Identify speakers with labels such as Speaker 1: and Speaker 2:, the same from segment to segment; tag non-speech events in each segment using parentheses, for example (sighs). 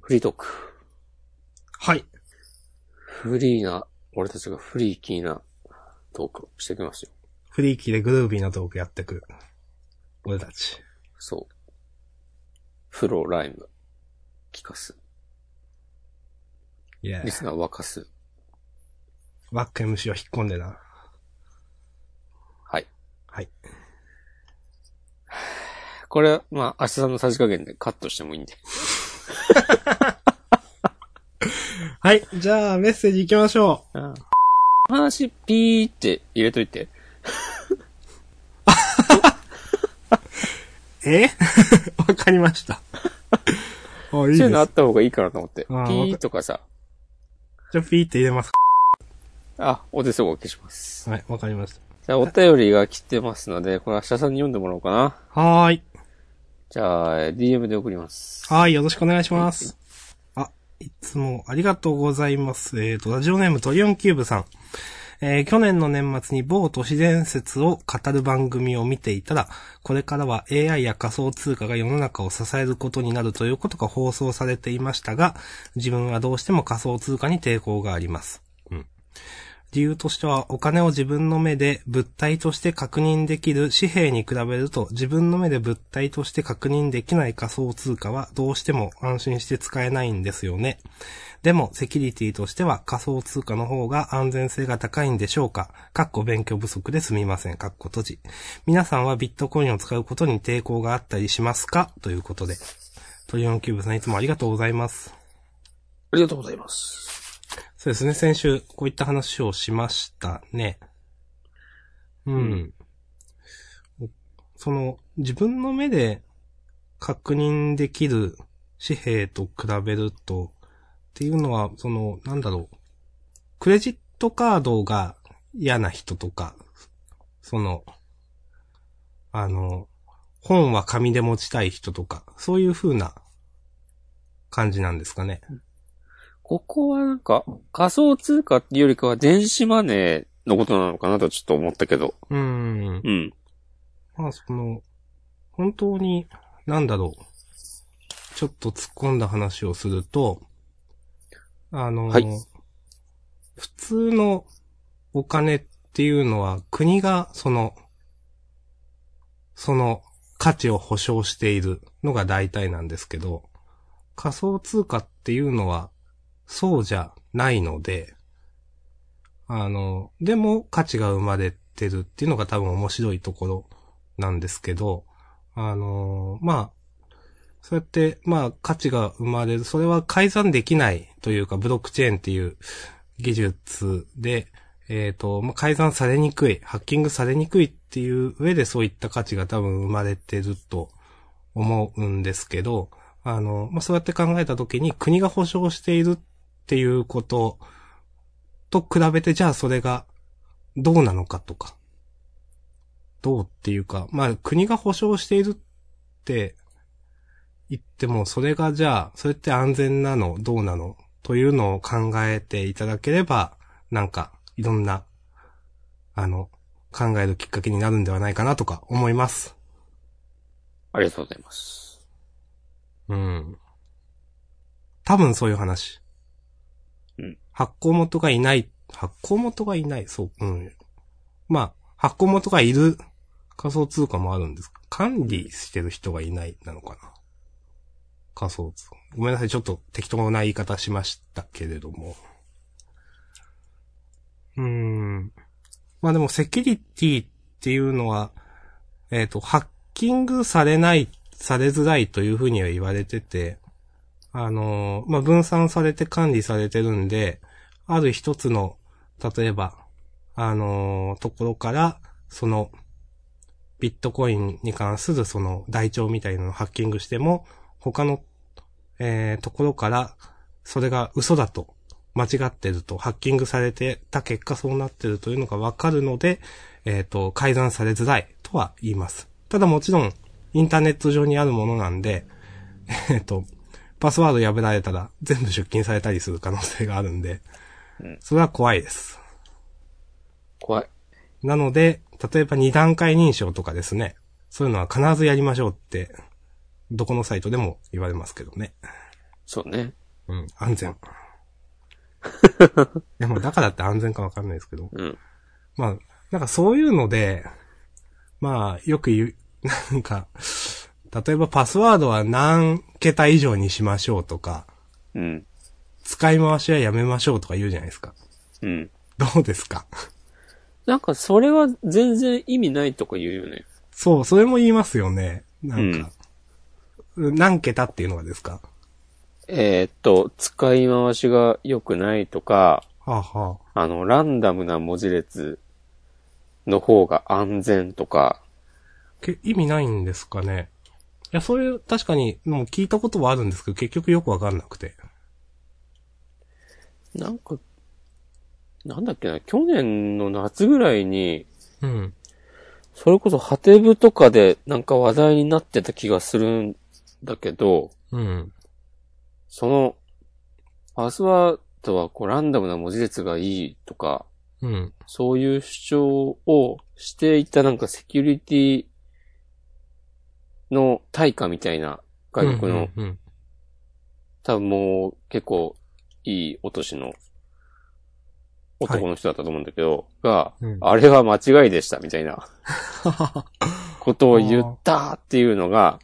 Speaker 1: フリートーク。
Speaker 2: はい。
Speaker 1: フリーな、俺たちがフリーキーなトークをしていきますよ。
Speaker 2: フリーキーでグルービーなトークやってく。俺たち。
Speaker 1: そう。フローライム。聞かす。
Speaker 2: いや
Speaker 1: リスナー沸かす。
Speaker 2: ワック MC を引っ込んでな。
Speaker 1: はい。
Speaker 2: はい。
Speaker 1: (sighs) これ、まあ、明日さんのさじ加減でカットしてもいいんで。
Speaker 2: はい。じゃあ、メッセージ行きましょ
Speaker 1: 話、ピーって入れといて。
Speaker 2: う。え (laughs) わかりました。 (laughs) あ、いい
Speaker 1: そうい
Speaker 2: で
Speaker 1: う
Speaker 2: す。
Speaker 1: のあった方がいいかなと思って。ピ
Speaker 2: あー
Speaker 1: ーとかさ。
Speaker 2: じゃあ、ピーって入れます。
Speaker 1: あ、お手数をおかけします。
Speaker 2: はい、わかりまし
Speaker 1: じゃあ、お便りが来てますので、これ明日さんに読んでもらおうかな。
Speaker 2: た。はーい。
Speaker 1: じゃあ、DM で送ります。
Speaker 2: はい、よろしくお願いします。あ、いつもありがとうございます。えっ、と、ラジオネームトリオンキューブさん。えー去年の年末に某都市伝説を語る番組を見ていたら、これからは AI や仮想通貨が世の中を支えることになるということが放送されていましたが、自分はどうしても仮想通貨に抵抗があります。うん理由としては、お金を自分の目で物体として確認できる紙幣に比べると、自分の目で物体として確認できない仮想通貨はどうしても安心して使えないんですよね。でも、セキュリティとしては仮想通貨の方が安全性が高いんでしょうかかっこ勉強不足ですみません。かっこ閉じ。皆さんはビットコインを使うことに抵抗があったりしますかということで。トリオンキューブさんいつもありがとうございます。
Speaker 1: ありがとうございます。
Speaker 2: そうですね、先週こういった話をしましたね。うん。おその、自分の目で確認できる紙幣と比べると、っていうのは、その、なんだろう。クレジットカードが嫌な人とか、その、あの、本は紙で持ちたい人とか、そういう風な感じなんですかね。
Speaker 1: ここはなんか、仮想通貨っていうよりかは電子マネーのことなのかなとちょっと思ったけど。
Speaker 2: うん。
Speaker 1: うん。
Speaker 2: まあその、本当に、なんだろう。ちょっと突っ込んだ話をすると、あの、
Speaker 1: はい
Speaker 2: 普通のお金っていうのは国がその、その価値を保証しているのが大体なんですけど、仮想通貨っていうのはそうじゃないので、あの、でも価値が生まれてるっていうのが多分面白いところなんですけど、あのまあ、そうやって、まあ、価値が生まれる。それは改ざんできないというか、ブロックチェーンっていう技術で、えっ、と、まあ、改ざんされにくい、ハッキングされにくいっていう上でそういった価値が多分生まれてると思うんですけど、あの、まあ、そうやって考えたときに国が保証しているっていうことと比べて、じゃあそれがどうなのかとか、どうっていうか、まあ国が保証しているって言っても、それがじゃあ、それって安全なの、どうなのというのを考えていただければ、なんか、いろんな、あの、考えるきっかけになるんではないかなとか思います。
Speaker 1: ありがとうございます。
Speaker 2: うん。多分そういう話。
Speaker 1: うん。
Speaker 2: 発行元がいない、発行元がいない、そう、うん。まあ、発行元がいる仮想通貨もあるんです。管理してる人がいないなのかな。仮想通貨。ごめんなさい、ちょっと適当な言い方しましたけれども。うーん。まあでも、セキュリティっていうのは、えっ、と、ハッキングされない、されづらいというふうには言われてて、あのーまあ、分散されて管理されてるんで、ある一つの、例えば、あのーところから、その、ビットコインに関するその台帳みたいなのをハッキングしても、他の、えーところから、それが嘘だと、間違ってると、ハッキングされてた結果そうなってるというのがわかるので、えっ、と、改ざんされづらいとは言います。ただもちろん、インターネット上にあるものなんで、えっ、と、パスワード破られたら全部出勤されたりする可能性があるんで
Speaker 1: うん、
Speaker 2: それは怖いです。
Speaker 1: 怖い。
Speaker 2: なので、例えば二段階認証とかですね。そういうのは必ずやりましょうって、どこのサイトでも言われますけどね。
Speaker 1: そうね。
Speaker 2: うん、安全。いや、まあ、だからって安全かわかんないですけど。
Speaker 1: うん。
Speaker 2: まあ、なんかそういうので、まあ、よく言う、 (laughs) なんか、例えばパスワードは何桁以上にしましょうとか、
Speaker 1: うん。
Speaker 2: 使い回しはやめましょうとか言うじゃないですか。
Speaker 1: うん。
Speaker 2: どうですか (laughs)
Speaker 1: なんかそれは全然意味ないとか言うよね。
Speaker 2: そう、それも言いますよね。なんか、何桁っていうのがですか
Speaker 1: えーっと、使い回しが良くないとか、
Speaker 2: はあ、は
Speaker 1: あの、ランダムな文字列の方が安全とか、
Speaker 2: あ、け意味ないんですかね。いや、そういう、確かに、もう聞いたことはあるんですけど、結局よくわかんなくて。
Speaker 1: なんか、なんだっけな、去年の夏ぐらいに、
Speaker 2: うん。
Speaker 1: それこそハテブとかでなんか話題になってた気がするんだけど、
Speaker 2: うん。
Speaker 1: その、パスワードはこうランダムな文字列がいいとか、
Speaker 2: うん。
Speaker 1: そういう主張をしていたなんかセキュリティの対価みたいな外国の、
Speaker 2: うんうん
Speaker 1: 多分もう結構いいお年の男の人だったと思うんだけど、
Speaker 2: うんうん
Speaker 1: が、あれは間違いでしたみたいなことを言ったっていうのが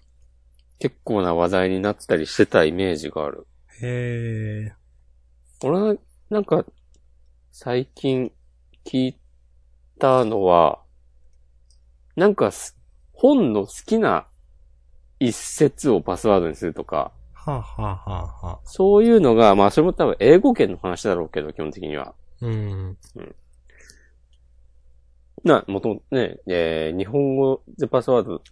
Speaker 1: 結構な話題になったりしてたイメージがある。
Speaker 2: へえ。
Speaker 1: 俺は、なんか、最近聞いたのは、なんかす、本の好きな一節をパスワードにするとか、
Speaker 2: はあ、はあはあはあ、
Speaker 1: そういうのが、まあそれも多分英語圏の話だろうけど、基本的には。
Speaker 2: うん。
Speaker 1: な、もともとね、えー日本語でパスワード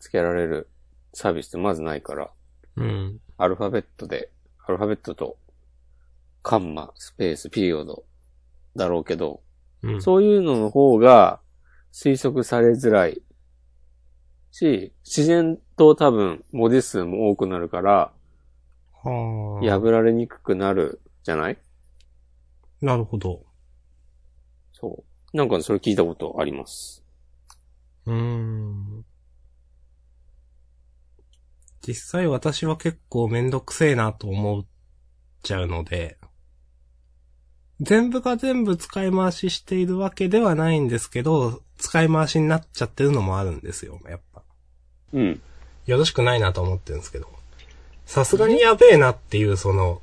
Speaker 1: 付けられるサービスってまずないから、
Speaker 2: うん。
Speaker 1: アルファベットで、アルファベットと、カンマ、スペース、ピリオドだろうけど、
Speaker 2: うん。
Speaker 1: そういうのの方が推測されづらいし、自然と多分文字数も多くなるから、
Speaker 2: はあ。
Speaker 1: 破られにくくなるじゃない、
Speaker 2: なるほど。
Speaker 1: そう。なんかそれ聞いたことあります。
Speaker 2: うーん。実際私は結構めんどくせえなと思っちゃうので、全部が全部使い回ししているわけではないんですけど、使い回しになっちゃってるのもあるんですよ、やっぱ。
Speaker 1: うん。
Speaker 2: よろしくないなと思ってるんですけど。さすがにやべえなっていう、その、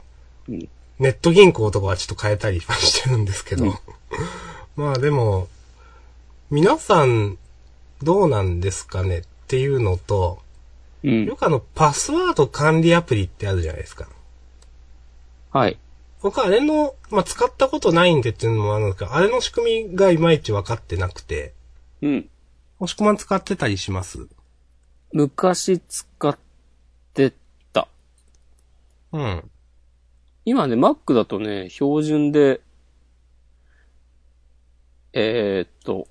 Speaker 1: うん
Speaker 2: ネット銀行とかはちょっと変えたりはしてるんですけど。
Speaker 1: うん
Speaker 2: (laughs) まあでも、皆さん、どうなんですかねっていうのと、
Speaker 1: うん
Speaker 2: よ。くあの、パスワード管理アプリってあるじゃないですか。
Speaker 1: はい。
Speaker 2: 僕あれの、まあ使ったことないんでっていうのもあるんですけど、あれの仕組みがいまいち分かってなくて、
Speaker 1: うん。
Speaker 2: 押し込まん使ってたりします
Speaker 1: 昔使ってた。
Speaker 2: うん。
Speaker 1: 今ね、Mac だとね、標準で、えー、っと、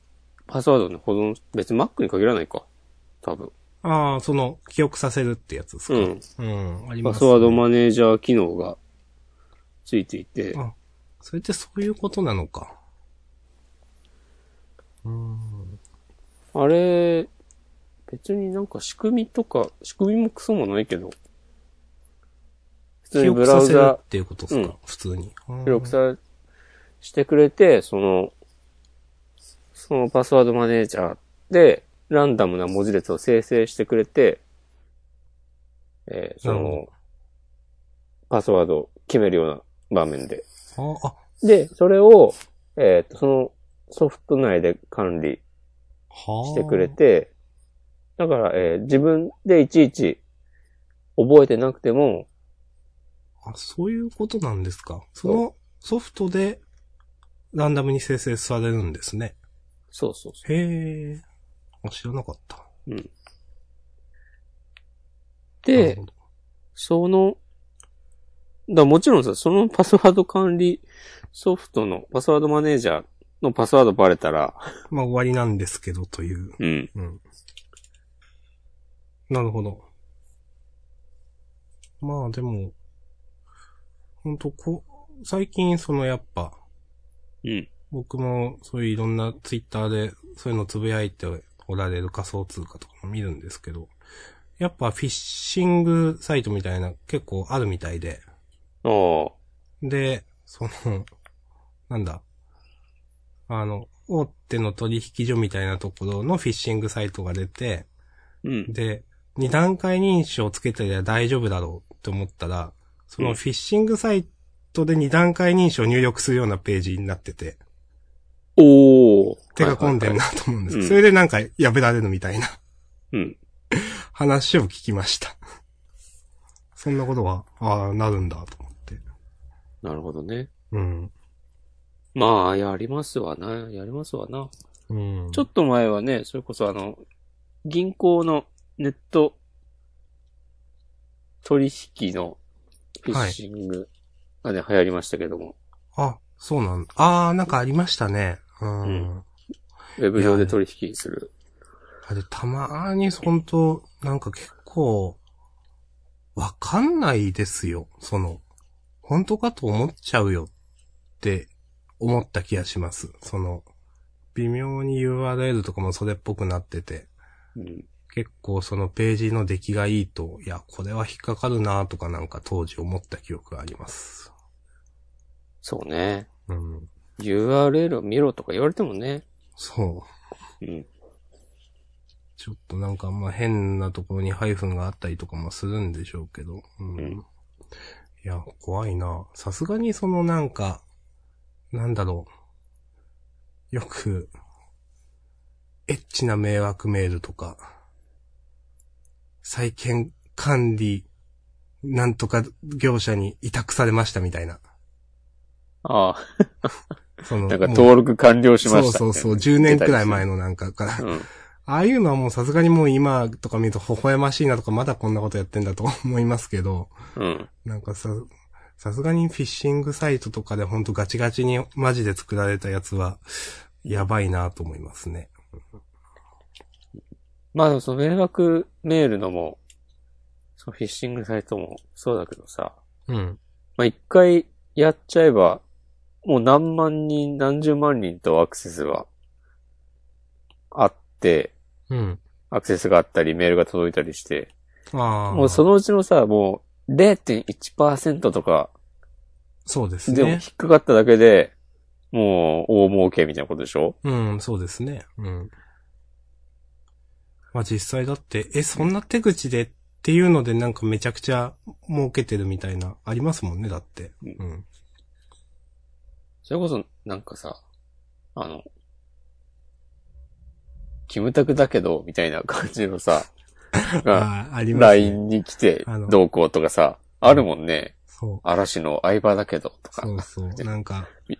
Speaker 1: パスワードの保存、別に Mac に限らないか。多分。
Speaker 2: ああ、その、記憶させるってやつですか。
Speaker 1: うん。
Speaker 2: うん、ありま
Speaker 1: パ
Speaker 2: す、
Speaker 1: スワードマネージャー機能がついていて、
Speaker 2: あ、それってそういうことなのか。うーん。
Speaker 1: あれ、別になんか仕組みとか、仕組みもクソもないけど、普通
Speaker 2: 記
Speaker 1: に
Speaker 2: 憶
Speaker 1: ブラ
Speaker 2: さ
Speaker 1: ウ
Speaker 2: せる
Speaker 1: ザ
Speaker 2: っていうことですか、
Speaker 1: うん
Speaker 2: 普通に。
Speaker 1: 記録さしてくれて、その、そのパスワードマネージャーで、ランダムな文字列を生成してくれて、えーそ
Speaker 2: なるほ
Speaker 1: の、パスワードを決めるような場面で。
Speaker 2: ああ、
Speaker 1: で、それを、えっと、そのソフト内で管理
Speaker 2: はあ。
Speaker 1: してくれ。て、だから、えー自分でいちいち覚えてなくても、
Speaker 2: あ、そういうことなんですか。そのソフトで、ランダムに生成されるんですね。
Speaker 1: そうそうそ
Speaker 2: へえ。あ、知らなかった。
Speaker 1: う。うん。
Speaker 2: なる
Speaker 1: で
Speaker 2: ほ、ど
Speaker 1: その、だもちろんさ、そのパスワード管理ソフトのパスワードマネージャーのパスワードバレたら、
Speaker 2: まあ終わりなんですけど、という。
Speaker 1: うん。
Speaker 2: うん。なるほど。まあでも、ほんとこ、最近そのやっぱ、
Speaker 1: うん。
Speaker 2: 僕もそういういろんなツイッターでそういうのつぶやいておられる仮想通貨とかも見るんですけど、やっぱフィッシングサイトみたいな結構あるみたいで。
Speaker 1: ああ、
Speaker 2: で、その、なんだ。あの、大手の取引所みたいなところのフィッシングサイトが出て、
Speaker 1: うん。
Speaker 2: で、二段階認証をつけてりゃ大丈夫だろうって思ったら、そのフィッシングサイトで二段階認証を入力するようなページになってて、
Speaker 1: おお。
Speaker 2: 手が込んでる
Speaker 1: はい
Speaker 2: なと思うんです
Speaker 1: うん
Speaker 2: それでなんか破られるみたいな
Speaker 1: はいはい。
Speaker 2: 話を聞きました。 (laughs) そんなことが、ああ、なるんだと思って。
Speaker 1: うん。なるほどね。
Speaker 2: うん。
Speaker 1: まあ、やりますわな。やりますわな。
Speaker 2: うん。
Speaker 1: ちょっと前はね、それこそあの、銀行のネット取引のフィッシングがね、流行りましたけども、
Speaker 2: あ、そうなんだ。ああ、なんかありましたね。うん。
Speaker 1: うんウェブ上で取引する。
Speaker 2: あれ、たまーに本当なんか結構、わかんないですよ。その、本当かと思っちゃうよって思った気がします。その、微妙に URL とかもそれっぽくなってて、
Speaker 1: うん。
Speaker 2: 結構そのページの出来がいいと、いや、これは引っかかるなーとかなんか当時思った記憶があります。
Speaker 1: そうね。
Speaker 2: うん。
Speaker 1: URL を見ろとか言われてもね。
Speaker 2: そう。
Speaker 1: うん。
Speaker 2: ちょっとなんかまあ変なところにハイフンがあったりとかもするんでしょうけど。うん。
Speaker 1: うん
Speaker 2: いや、怖いな。さすがにそのなんか、なんだろう。よく、エッチな迷惑メールとか、再建管理、なんとか業者に委託されましたみたいな。
Speaker 1: あ
Speaker 2: その
Speaker 1: あ、なんか
Speaker 2: もう
Speaker 1: 登録完了しました。
Speaker 2: そうそうそう、10年くらい前のなんかから、
Speaker 1: うん。
Speaker 2: ああいうのはもうさすがにもう今とか見ると微笑ましいなとかまだこんなことやってんだと思いますけど、
Speaker 1: うん。
Speaker 2: なんかさ、さすがにフィッシングサイトとかでほんとガチガチにマジで作られたやつは、やばいなと思いますね。
Speaker 1: まあでもその迷惑メールのも、そのフィッシングサイトもそうだけどさ、
Speaker 2: うん。
Speaker 1: まあ一回やっちゃえば、もう何万人、何十万人とアクセスがあって、
Speaker 2: うん。
Speaker 1: アクセスがあったり、メールが届いたりして、
Speaker 2: ああ。
Speaker 1: もうそのうちのさ、もう0.1%とか、
Speaker 2: そうです
Speaker 1: でも引
Speaker 2: ね
Speaker 1: っ。かかっただけで、もう大儲けみたいなことでしょ
Speaker 2: うん、そうですね。うん。まあ実際だって、え、そんな手口でっていうのでなんかめちゃくちゃ儲けてるみたいな、ありますもんね、だって。うん。
Speaker 1: それこそ、なんかさ、あの、キムタクだけど、みたいな感じの (laughs) さ、が、
Speaker 2: ああ、あります、ね。
Speaker 1: LINE に来て
Speaker 2: あの、
Speaker 1: どうこうとかさ、あるもんね。
Speaker 2: そう。
Speaker 1: 嵐の相場だけど、とか。
Speaker 2: そうそう。 (laughs) なんか
Speaker 1: み、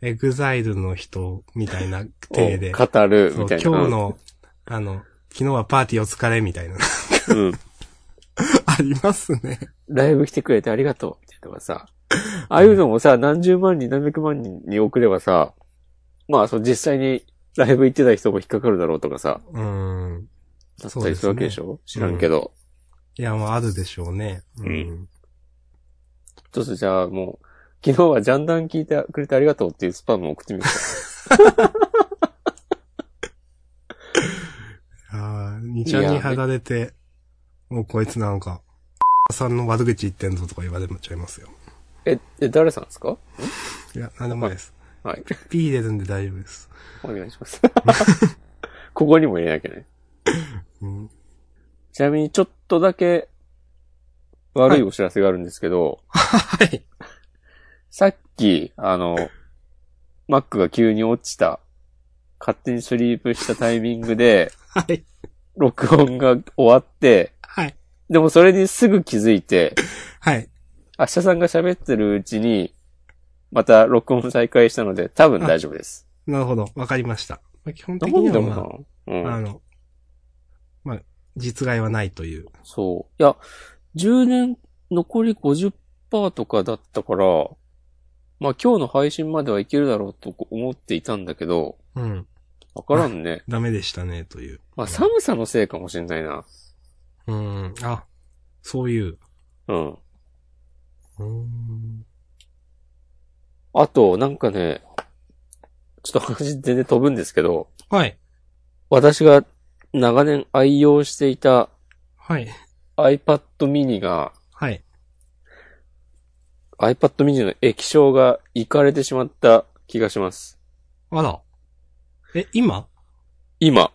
Speaker 2: エグザイルの人みたいな体で。
Speaker 1: を語る、
Speaker 2: そう
Speaker 1: みた
Speaker 2: 今
Speaker 1: いな。
Speaker 2: 日の、あの、昨日はパーティーお疲れみたいな。
Speaker 1: うん。
Speaker 2: (laughs) ありますね。
Speaker 1: ライブ来てくれてありがとう、みたいなとか (laughs) さ。ああいうのもさ、何十万人、何百万人に送ればさ、まあ、その実際にライブ行ってた人も引っかかるだろうとかさ、
Speaker 2: うーん。
Speaker 1: だったりするわけでしょ知らんけど。
Speaker 2: いや、まああるでしょうね。うん。
Speaker 1: ちょっとじゃあもう、昨日はジャンダン聞いてくれてありがとうっていうスパムを送ってみるか。 (laughs)
Speaker 2: ああ、二ちゃんに貼られて、もうこいつなんか、さんの悪口言ってんぞとか言われちゃいますよ。
Speaker 1: え、え、誰さんですか
Speaker 2: いや、なんでもないです。
Speaker 1: はい。
Speaker 2: P 入れるんで大丈夫です。
Speaker 1: お願いし (laughs) ます。ここにも入れなきゃね。
Speaker 2: うん。
Speaker 1: ちなみにちょっとだけ悪いお知らせがあるんですけど、
Speaker 2: はい。
Speaker 1: さっき、あの、マックが急に落ちた、勝手にスリープしたタイミングで、
Speaker 2: はい。
Speaker 1: 録音が終わって、
Speaker 2: はい。
Speaker 1: でもそれにすぐ気づいて、
Speaker 2: はい。
Speaker 1: 明日さんが喋ってるうちに、また録音再開したので、多分大丈夫です。
Speaker 2: なるほど。わかりました。まあ基本的
Speaker 1: なん
Speaker 2: に
Speaker 1: だ
Speaker 2: は、
Speaker 1: ろ
Speaker 2: まあ、
Speaker 1: うな。う
Speaker 2: あ
Speaker 1: ん。
Speaker 2: の、まあ、実害はないという。
Speaker 1: そう。いや、10年残り50%とかだったから、まあ今日の配信まではいけるだろうと思っていたんだけど、
Speaker 2: うん。
Speaker 1: わからん
Speaker 2: (laughs)
Speaker 1: ね。
Speaker 2: ダメでしたね、という。
Speaker 1: まあ寒さのせいかもしんないな。
Speaker 2: うん。あ、そういう。
Speaker 1: うん。
Speaker 2: うん。
Speaker 1: あと、なんかね、ちょっと話全然飛ぶんですけど、
Speaker 2: はい。
Speaker 1: 私が長年愛用していた
Speaker 2: はい。
Speaker 1: iPad mini が、
Speaker 2: はい。
Speaker 1: iPad mini の液晶がいかれてしまった気がします。
Speaker 2: あら。え、今
Speaker 1: 今、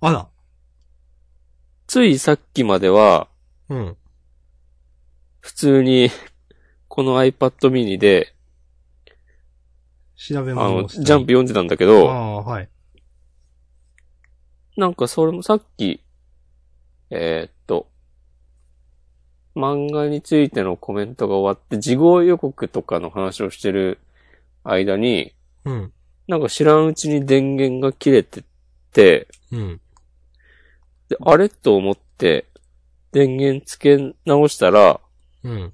Speaker 2: あら。
Speaker 1: ついさっきまでは、
Speaker 2: うん。
Speaker 1: 普通に、この iPad mini で、
Speaker 2: 調べ
Speaker 1: あ
Speaker 2: 物
Speaker 1: の、
Speaker 2: を
Speaker 1: ジャンプ読んでたんだけど、
Speaker 2: ああ、はい。
Speaker 1: なんかそれもさっき、えーっと、漫画についてのコメントが終わって、事後予告とかの話をしてる間に、
Speaker 2: うん。
Speaker 1: なんか知らんうちに電源が切れてって、
Speaker 2: うん。
Speaker 1: で、あれと思って、電源つけ直したら、
Speaker 2: うん。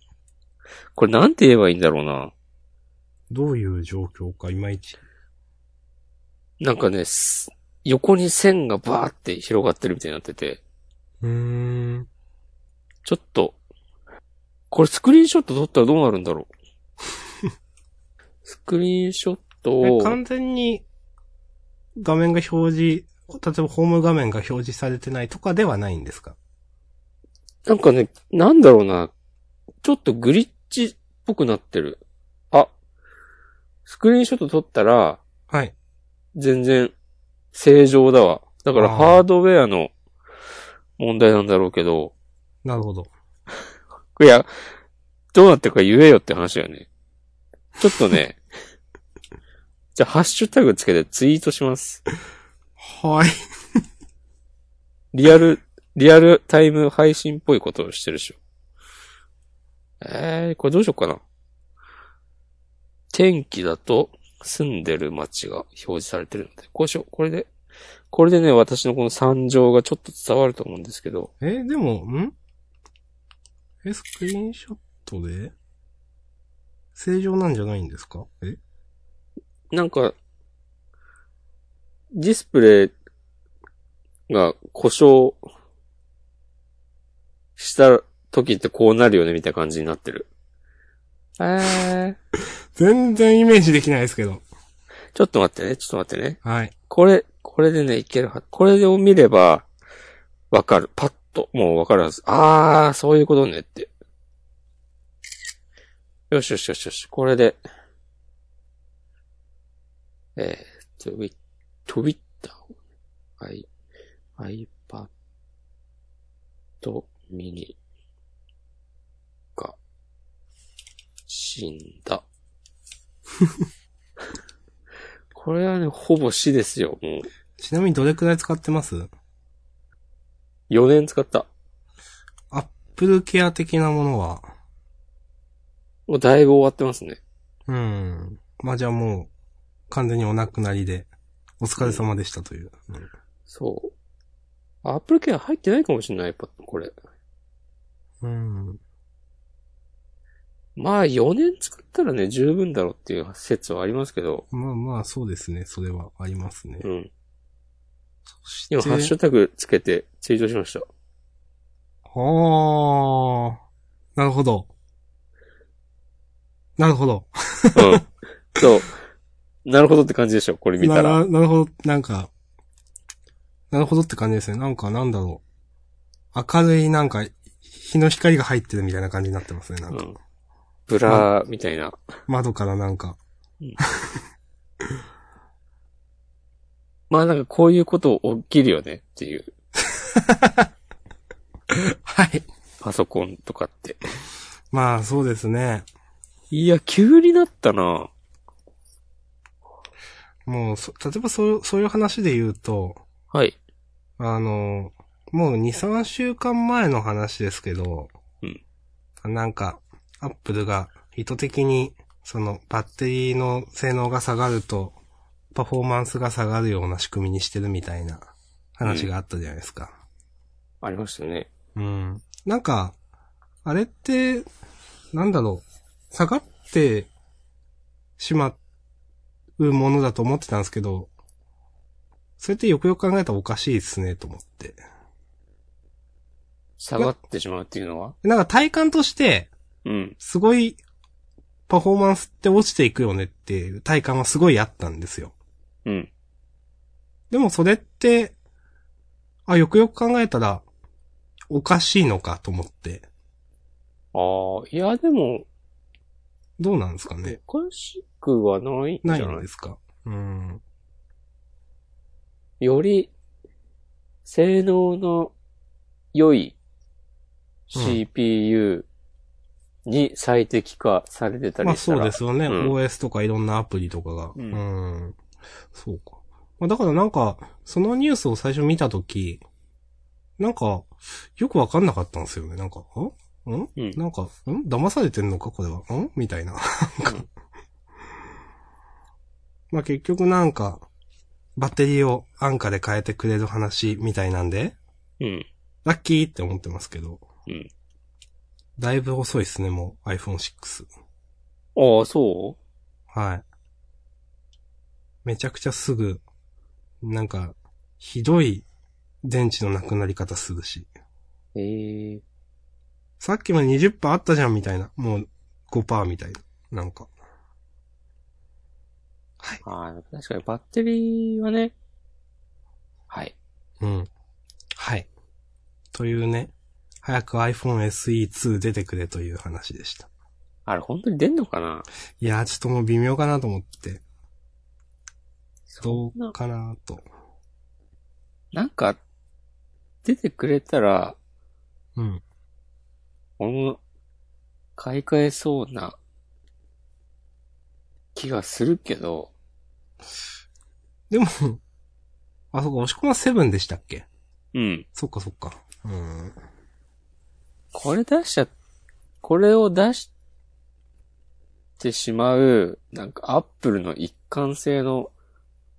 Speaker 1: これなんて言えばいいんだろうな。
Speaker 2: どういう状況か、いまいち。
Speaker 1: なんかね、す横に線がバーって広がってるみたいになってて、
Speaker 2: うーん。
Speaker 1: ちょっと、これスクリーンショット撮ったらどうなるんだろう。
Speaker 2: (laughs)
Speaker 1: スクリーンショット
Speaker 2: え
Speaker 1: を、
Speaker 2: 完全に、画面が表示、例えばホーム画面が表示されてないとかではないんですか
Speaker 1: なんかね、なんだろうな。ちょっとグリッチっぽくなってる。あ、スクリーンショット撮ったら、
Speaker 2: はい。
Speaker 1: 全然、正常だわ。だから
Speaker 2: あー
Speaker 1: ハードウェアの問題なんだろうけど、
Speaker 2: なるほど。
Speaker 1: いや、どうなってるか言えよって話だよね。ちょっとね、じゃあハッシュタグつけてツイートします。
Speaker 2: はい。
Speaker 1: リアル、リアルタイム配信っぽいことをしてるでしょ。えー、これどうしようかな。天気だと住んでる街が表示されてるので、こうしよう。これで、これでね、私のこの惨状がちょっと伝わると思うんですけど、
Speaker 2: え、でも、んえ、スクリーンショットで正常なんじゃないんですかえ
Speaker 1: なんか、ディスプレイが故障した時ってこうなるよね、みたいな感じになってる。えー、
Speaker 2: 全然イメージできないですけど。
Speaker 1: ちょっと待ってね、ちょっと待ってね。
Speaker 2: はい。
Speaker 1: これ、これでね、いけるは、これを見れば、わかる。パッと、もうわかるはず。あー、そういうことねって。よしよしよしよし、これで。えー、Twi- Twitter をね、はい、iPad mini が死んだ。これはね、ほぼ死ですよ、もう。
Speaker 2: ちなみにどれくらい使ってます
Speaker 1: 4年使った。
Speaker 2: アップルケア的なものは。
Speaker 1: もうだいぶ終わってますね。
Speaker 2: うん。まあじゃあもう、完全にお亡くなりで、お疲れ様でしたという。うん
Speaker 1: そう。アップルケア入ってないかもしれない、やっぱ、これ。
Speaker 2: うん。
Speaker 1: まあ、4年使ったらね、十分だろうっていう説はありますけど、
Speaker 2: まあまあ、そうですね。それはありますね
Speaker 1: う。ん。
Speaker 2: そし
Speaker 1: 今、ハッシュタグつけてツイートしました。
Speaker 2: はあ。なるほど。なるほど。
Speaker 1: うん。そう。 (laughs) なるほどって感じでしょ、これ見たら。
Speaker 2: ななるほど、なんか、なるほどって感じですね。なんか、なんだろう。明るい、なんか、日の光が入ってるみたいな感じになってますね。なんか、
Speaker 1: うんブラー、みたいな。
Speaker 2: 窓からなんか。
Speaker 1: まあ、なんかこういうこと起きるよねっていう、
Speaker 2: はい。
Speaker 1: パソコンとかって。
Speaker 2: まあ、そうですね。
Speaker 1: いや、急になったな
Speaker 2: もう、そ例えばそう、そういう話で言うと、
Speaker 1: はい。
Speaker 2: あの、もう2、3週間前の話ですけど、
Speaker 1: うん
Speaker 2: なんか、アップルが意図的に、その、バッテリーの性能が下がると、パフォーマンスが下がるような仕組みにしてるみたいな話があったじゃないですか。
Speaker 1: ありましたね。
Speaker 2: うん。なんか、あれって、なんだろう、下がってしまうものだと思ってたんですけど、それってよくよく考えたらおかしいですね、と思って。
Speaker 1: 下がってしまうっていうのは
Speaker 2: なんか体感として、
Speaker 1: うん。
Speaker 2: すごい、パフォーマンスって落ちていくよねっていう体感はすごいあったんですよ。
Speaker 1: うん。
Speaker 2: でもそれって、あ、よくよく考えたら、おかしいのかと思って。
Speaker 1: ああ、いや、でも、
Speaker 2: どうなんですかね。
Speaker 1: おかしくはないんじゃ
Speaker 2: な
Speaker 1: ない
Speaker 2: いんですか。うん。
Speaker 1: より、性能の良い CPU に最適化されてた
Speaker 2: まあ
Speaker 1: りした
Speaker 2: そ
Speaker 1: ら、
Speaker 2: うですよね、
Speaker 1: うん
Speaker 2: OS とかいろんなアプリとかが。
Speaker 1: う
Speaker 2: うんん。そうか。まあだからなんか、そのニュースを最初見たとき、なんか、よくわかんなかったんですよね。なんか、んん
Speaker 1: うん
Speaker 2: なんか、ん騙されてんのかこれは。んみたいな。なんかまあ結局なんか、バッテリーを安価で変えてくれる話みたいなんで、
Speaker 1: うん。
Speaker 2: ラッキーって思ってますけど。
Speaker 1: うん
Speaker 2: だいぶ遅いですね、もう iPhone6。
Speaker 1: ああ、そ
Speaker 2: はい。めちゃくちゃすぐ、なんか、ひどい電池のなくなり方するし。
Speaker 1: うええ
Speaker 2: さっきまで20%あったじゃんみたいな。もう5%みたいな。なんか。はい。
Speaker 1: ああ、確かにバッテリーはね、はい。
Speaker 2: うん。はい。というね。早く iPhone SE2 出てくれという話でした。
Speaker 1: あれ、本当に出んのかない
Speaker 2: やー、ちょっともう微妙かなと思って。
Speaker 1: そ
Speaker 2: ど
Speaker 1: んな
Speaker 2: うかなと。
Speaker 1: なんか、出てくれたら、
Speaker 2: うん。
Speaker 1: 俺も、買い替えそうな、気がするけど、
Speaker 2: でも、あ、そっか、押し込ま7でしたっけ
Speaker 1: うん。
Speaker 2: そっかそっか。うん。
Speaker 1: これ出しちゃ、これを出してしまう、なんかアップルの一貫性の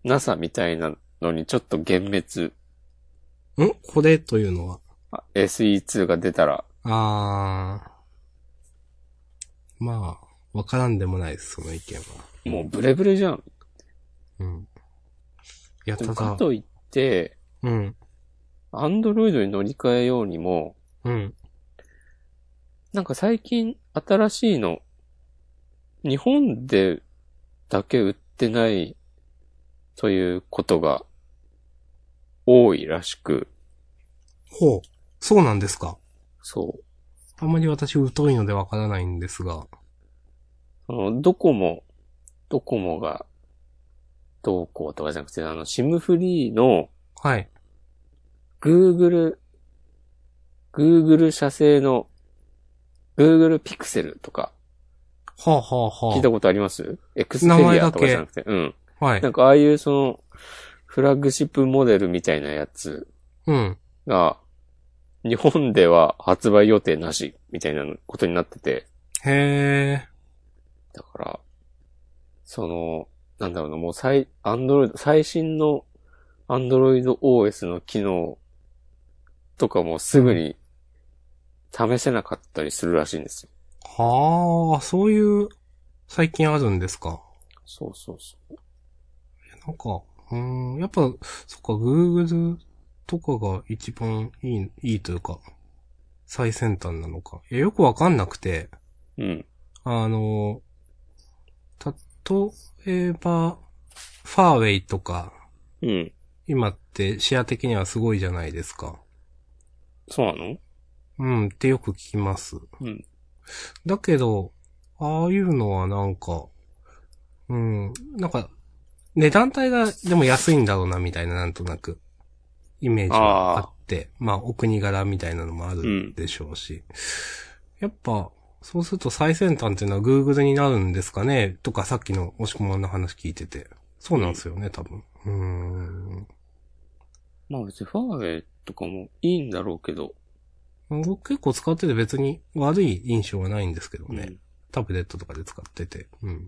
Speaker 1: なさみたいなのにちょっと幻滅、
Speaker 2: んこれというのは。
Speaker 1: あ SE2 が出たら、
Speaker 2: あー。まあ、わからんでもないです、その意見は。
Speaker 1: もうブレブレじゃん。
Speaker 2: うん。いや、
Speaker 1: で
Speaker 2: た
Speaker 1: もか
Speaker 2: だ、
Speaker 1: といって、
Speaker 2: うん。
Speaker 1: アンドロイドに乗り換えようにも、
Speaker 2: うん。
Speaker 1: なんか最近新しいの、日本でだけ売ってないということが多いらしく、
Speaker 2: ほう。そうなんですか。
Speaker 1: そう。
Speaker 2: あんまり私疎いのでわからないんですが。
Speaker 1: あの、ドコモ、ドコモが、どうこうとかじゃなくて、あの、シムフリーの
Speaker 2: はい。
Speaker 1: Google、Google 社製の Google Pixel とか、
Speaker 2: はあ、はあはあ、
Speaker 1: 聞いたことありますエクスペ
Speaker 2: 名前
Speaker 1: リア
Speaker 2: だ
Speaker 1: と
Speaker 2: け
Speaker 1: かじゃなくて、うん。
Speaker 2: はい
Speaker 1: な。んかああいうその、フラッグシップモデルみたいなやつ
Speaker 2: うん。
Speaker 1: が、日本では発売予定なし、みたいなことになってて、
Speaker 2: へ
Speaker 1: だから、その、なんだろうな、もう最、アンドロイド、最新のアンドロイド OS の機能とかもすぐに試せなかったりするらしいんですよ。
Speaker 2: ー。はあ、そういう、最近あるんですか。
Speaker 1: そうそうそう。
Speaker 2: なんか、うーん、やっぱ、そっか、Google とかが一番いい、いいというか、最先端なのか。いや、よくわかんなくて、
Speaker 1: うん。
Speaker 2: あの、例えば、ファーウェイとか、
Speaker 1: うん。
Speaker 2: 今ってシェア的にはすごいじゃないですか。
Speaker 1: そうなの
Speaker 2: うん、ってよく聞きます。
Speaker 1: うん。
Speaker 2: だけど、ああいうのはなんか、うん、なんか、値段帯がでも安いんだろうな、みたいな、なんとなく、イメージがあって、まあ、お国柄みたいなのもあるでしょうし、やっぱ、そうすると最先端っていうのは Google になるんですかねとかさっきの押し込まんの話聞いてて。そうなんですよね、多分。うーん。
Speaker 1: まあ別にファーウェイとかもいいんだろうけど。
Speaker 2: 僕結構使ってて別に悪い印象はないんですけどね。
Speaker 1: うん
Speaker 2: タブレットとかで使ってて。うん。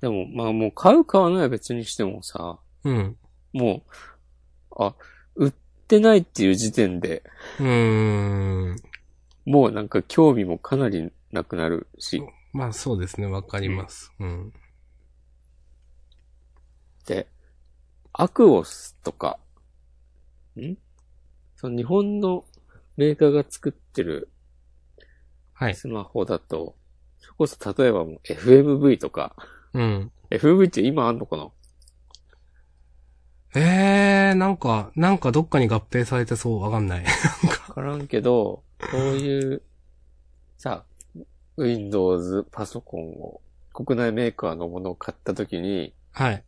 Speaker 1: でも、まあもう買う買わないは別にしてもさ、
Speaker 2: うん。
Speaker 1: もう、あ、売ってないっていう時点で、
Speaker 2: うーん。
Speaker 1: もうなんか興味もかなりなくなるし。
Speaker 2: まあそうですね、わかります。うん。
Speaker 1: で、アクオスとか、んその日本のメーカーが作ってる
Speaker 2: はい。
Speaker 1: スマホだと、それこそ例えばもう FMV とか、
Speaker 2: うん。
Speaker 1: FMV って今あんのかな
Speaker 2: ええー、なんか、なんかどっかに合併されてそう、わかんない。 (laughs)
Speaker 1: わからんけど、そういう、さ、Windows パソコンを国内メーカーのものを買ったときに、
Speaker 2: はい。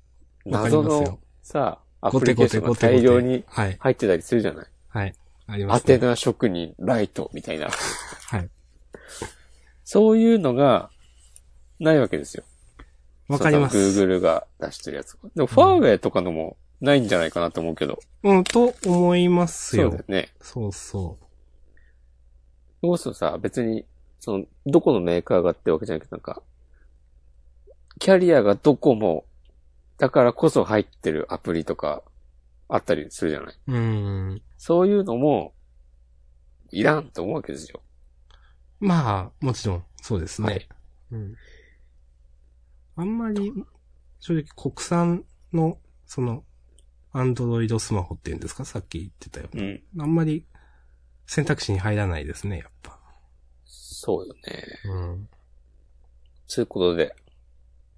Speaker 2: わかり
Speaker 1: 謎
Speaker 2: ます
Speaker 1: の
Speaker 2: よ。
Speaker 1: さ、ア
Speaker 2: ご
Speaker 1: プ
Speaker 2: て
Speaker 1: リケ
Speaker 2: ご
Speaker 1: ーシ
Speaker 2: て
Speaker 1: ョン
Speaker 2: ご
Speaker 1: が
Speaker 2: て
Speaker 1: 大量
Speaker 2: ご
Speaker 1: に
Speaker 2: て。はい。
Speaker 1: 入ってたりするじゃない
Speaker 2: はい。ありま
Speaker 1: ア
Speaker 2: すね。
Speaker 1: テナ職人、ライトみたいな。
Speaker 2: (laughs) はい。
Speaker 1: そういうのが、ないわけですよ。
Speaker 2: わかりま
Speaker 1: そ
Speaker 2: す。
Speaker 1: の Google が出してるやつ。でも、ファーウェイとかのもないんじゃないかなと思うけど。
Speaker 2: うん、と思います
Speaker 1: そうだ
Speaker 2: よ
Speaker 1: よ。ね。
Speaker 2: そうそう。
Speaker 1: そうするとさ、別に、その、どこのメーカーがってわけじゃなくて、なんか、キャリアがどこも、だからこそ入ってるアプリとか、あったりするじゃない。
Speaker 2: うーん。
Speaker 1: そういうのも、いらんと思うわけですよ。
Speaker 2: まあ、もちろん、そうですね。
Speaker 1: はい
Speaker 2: うん。あんまり、正直国産の、その、アンドロイドスマホっていうんですかさっき言ってたよ。
Speaker 1: うん。
Speaker 2: あんまり、選択肢に入らないですね、やっぱ。
Speaker 1: そうよね。
Speaker 2: うん。
Speaker 1: そういうことで。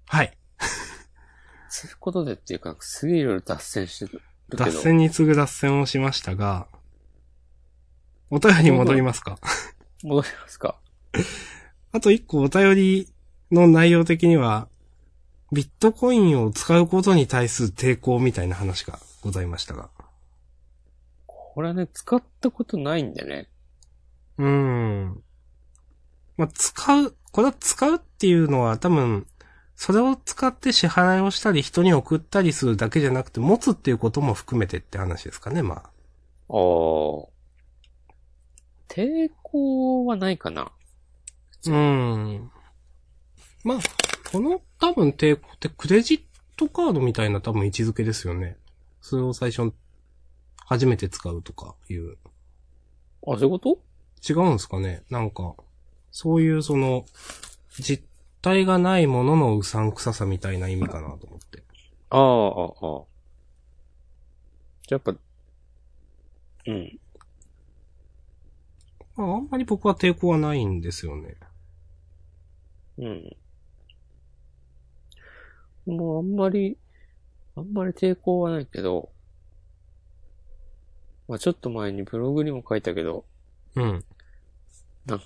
Speaker 2: はい。
Speaker 1: そういうことでっていうか、すげえいろいろ脱線してるけど。
Speaker 2: 脱線に次ぐ脱線をしましたが、お便りに戻りますか。
Speaker 1: 戻りますか。
Speaker 2: あと一個お便りの内容的には、ビットコインを使うことに対する抵抗みたいな話がございましたが。
Speaker 1: これはね、使ったことないんでね。
Speaker 2: うーん。まあ、使う、これは使うっていうのは多分、それを使って支払いをしたり人に送ったりするだけじゃなくて持つっていうことも含めてって話ですかね、まあ。
Speaker 1: ああ。抵抗はないかな。
Speaker 2: うーん。まあ、この多分抵抗ってクレジットカードみたいな多分位置づけですよね。それを最初、初めて使うとかいう。
Speaker 1: あ、そういうこと
Speaker 2: 違うんですかねなんか、そういうその、実体がないもののうさんくささみたいな意味かなと思って。
Speaker 1: ああ、ああ。じゃあやっぱ、うん。
Speaker 2: まあ、あんまり僕は抵抗はないんですよね。
Speaker 1: うん。もうあんまり、あんまり抵抗はないけど、まあちょっと前にブログにも書いたけど、
Speaker 2: うん。
Speaker 1: なんか、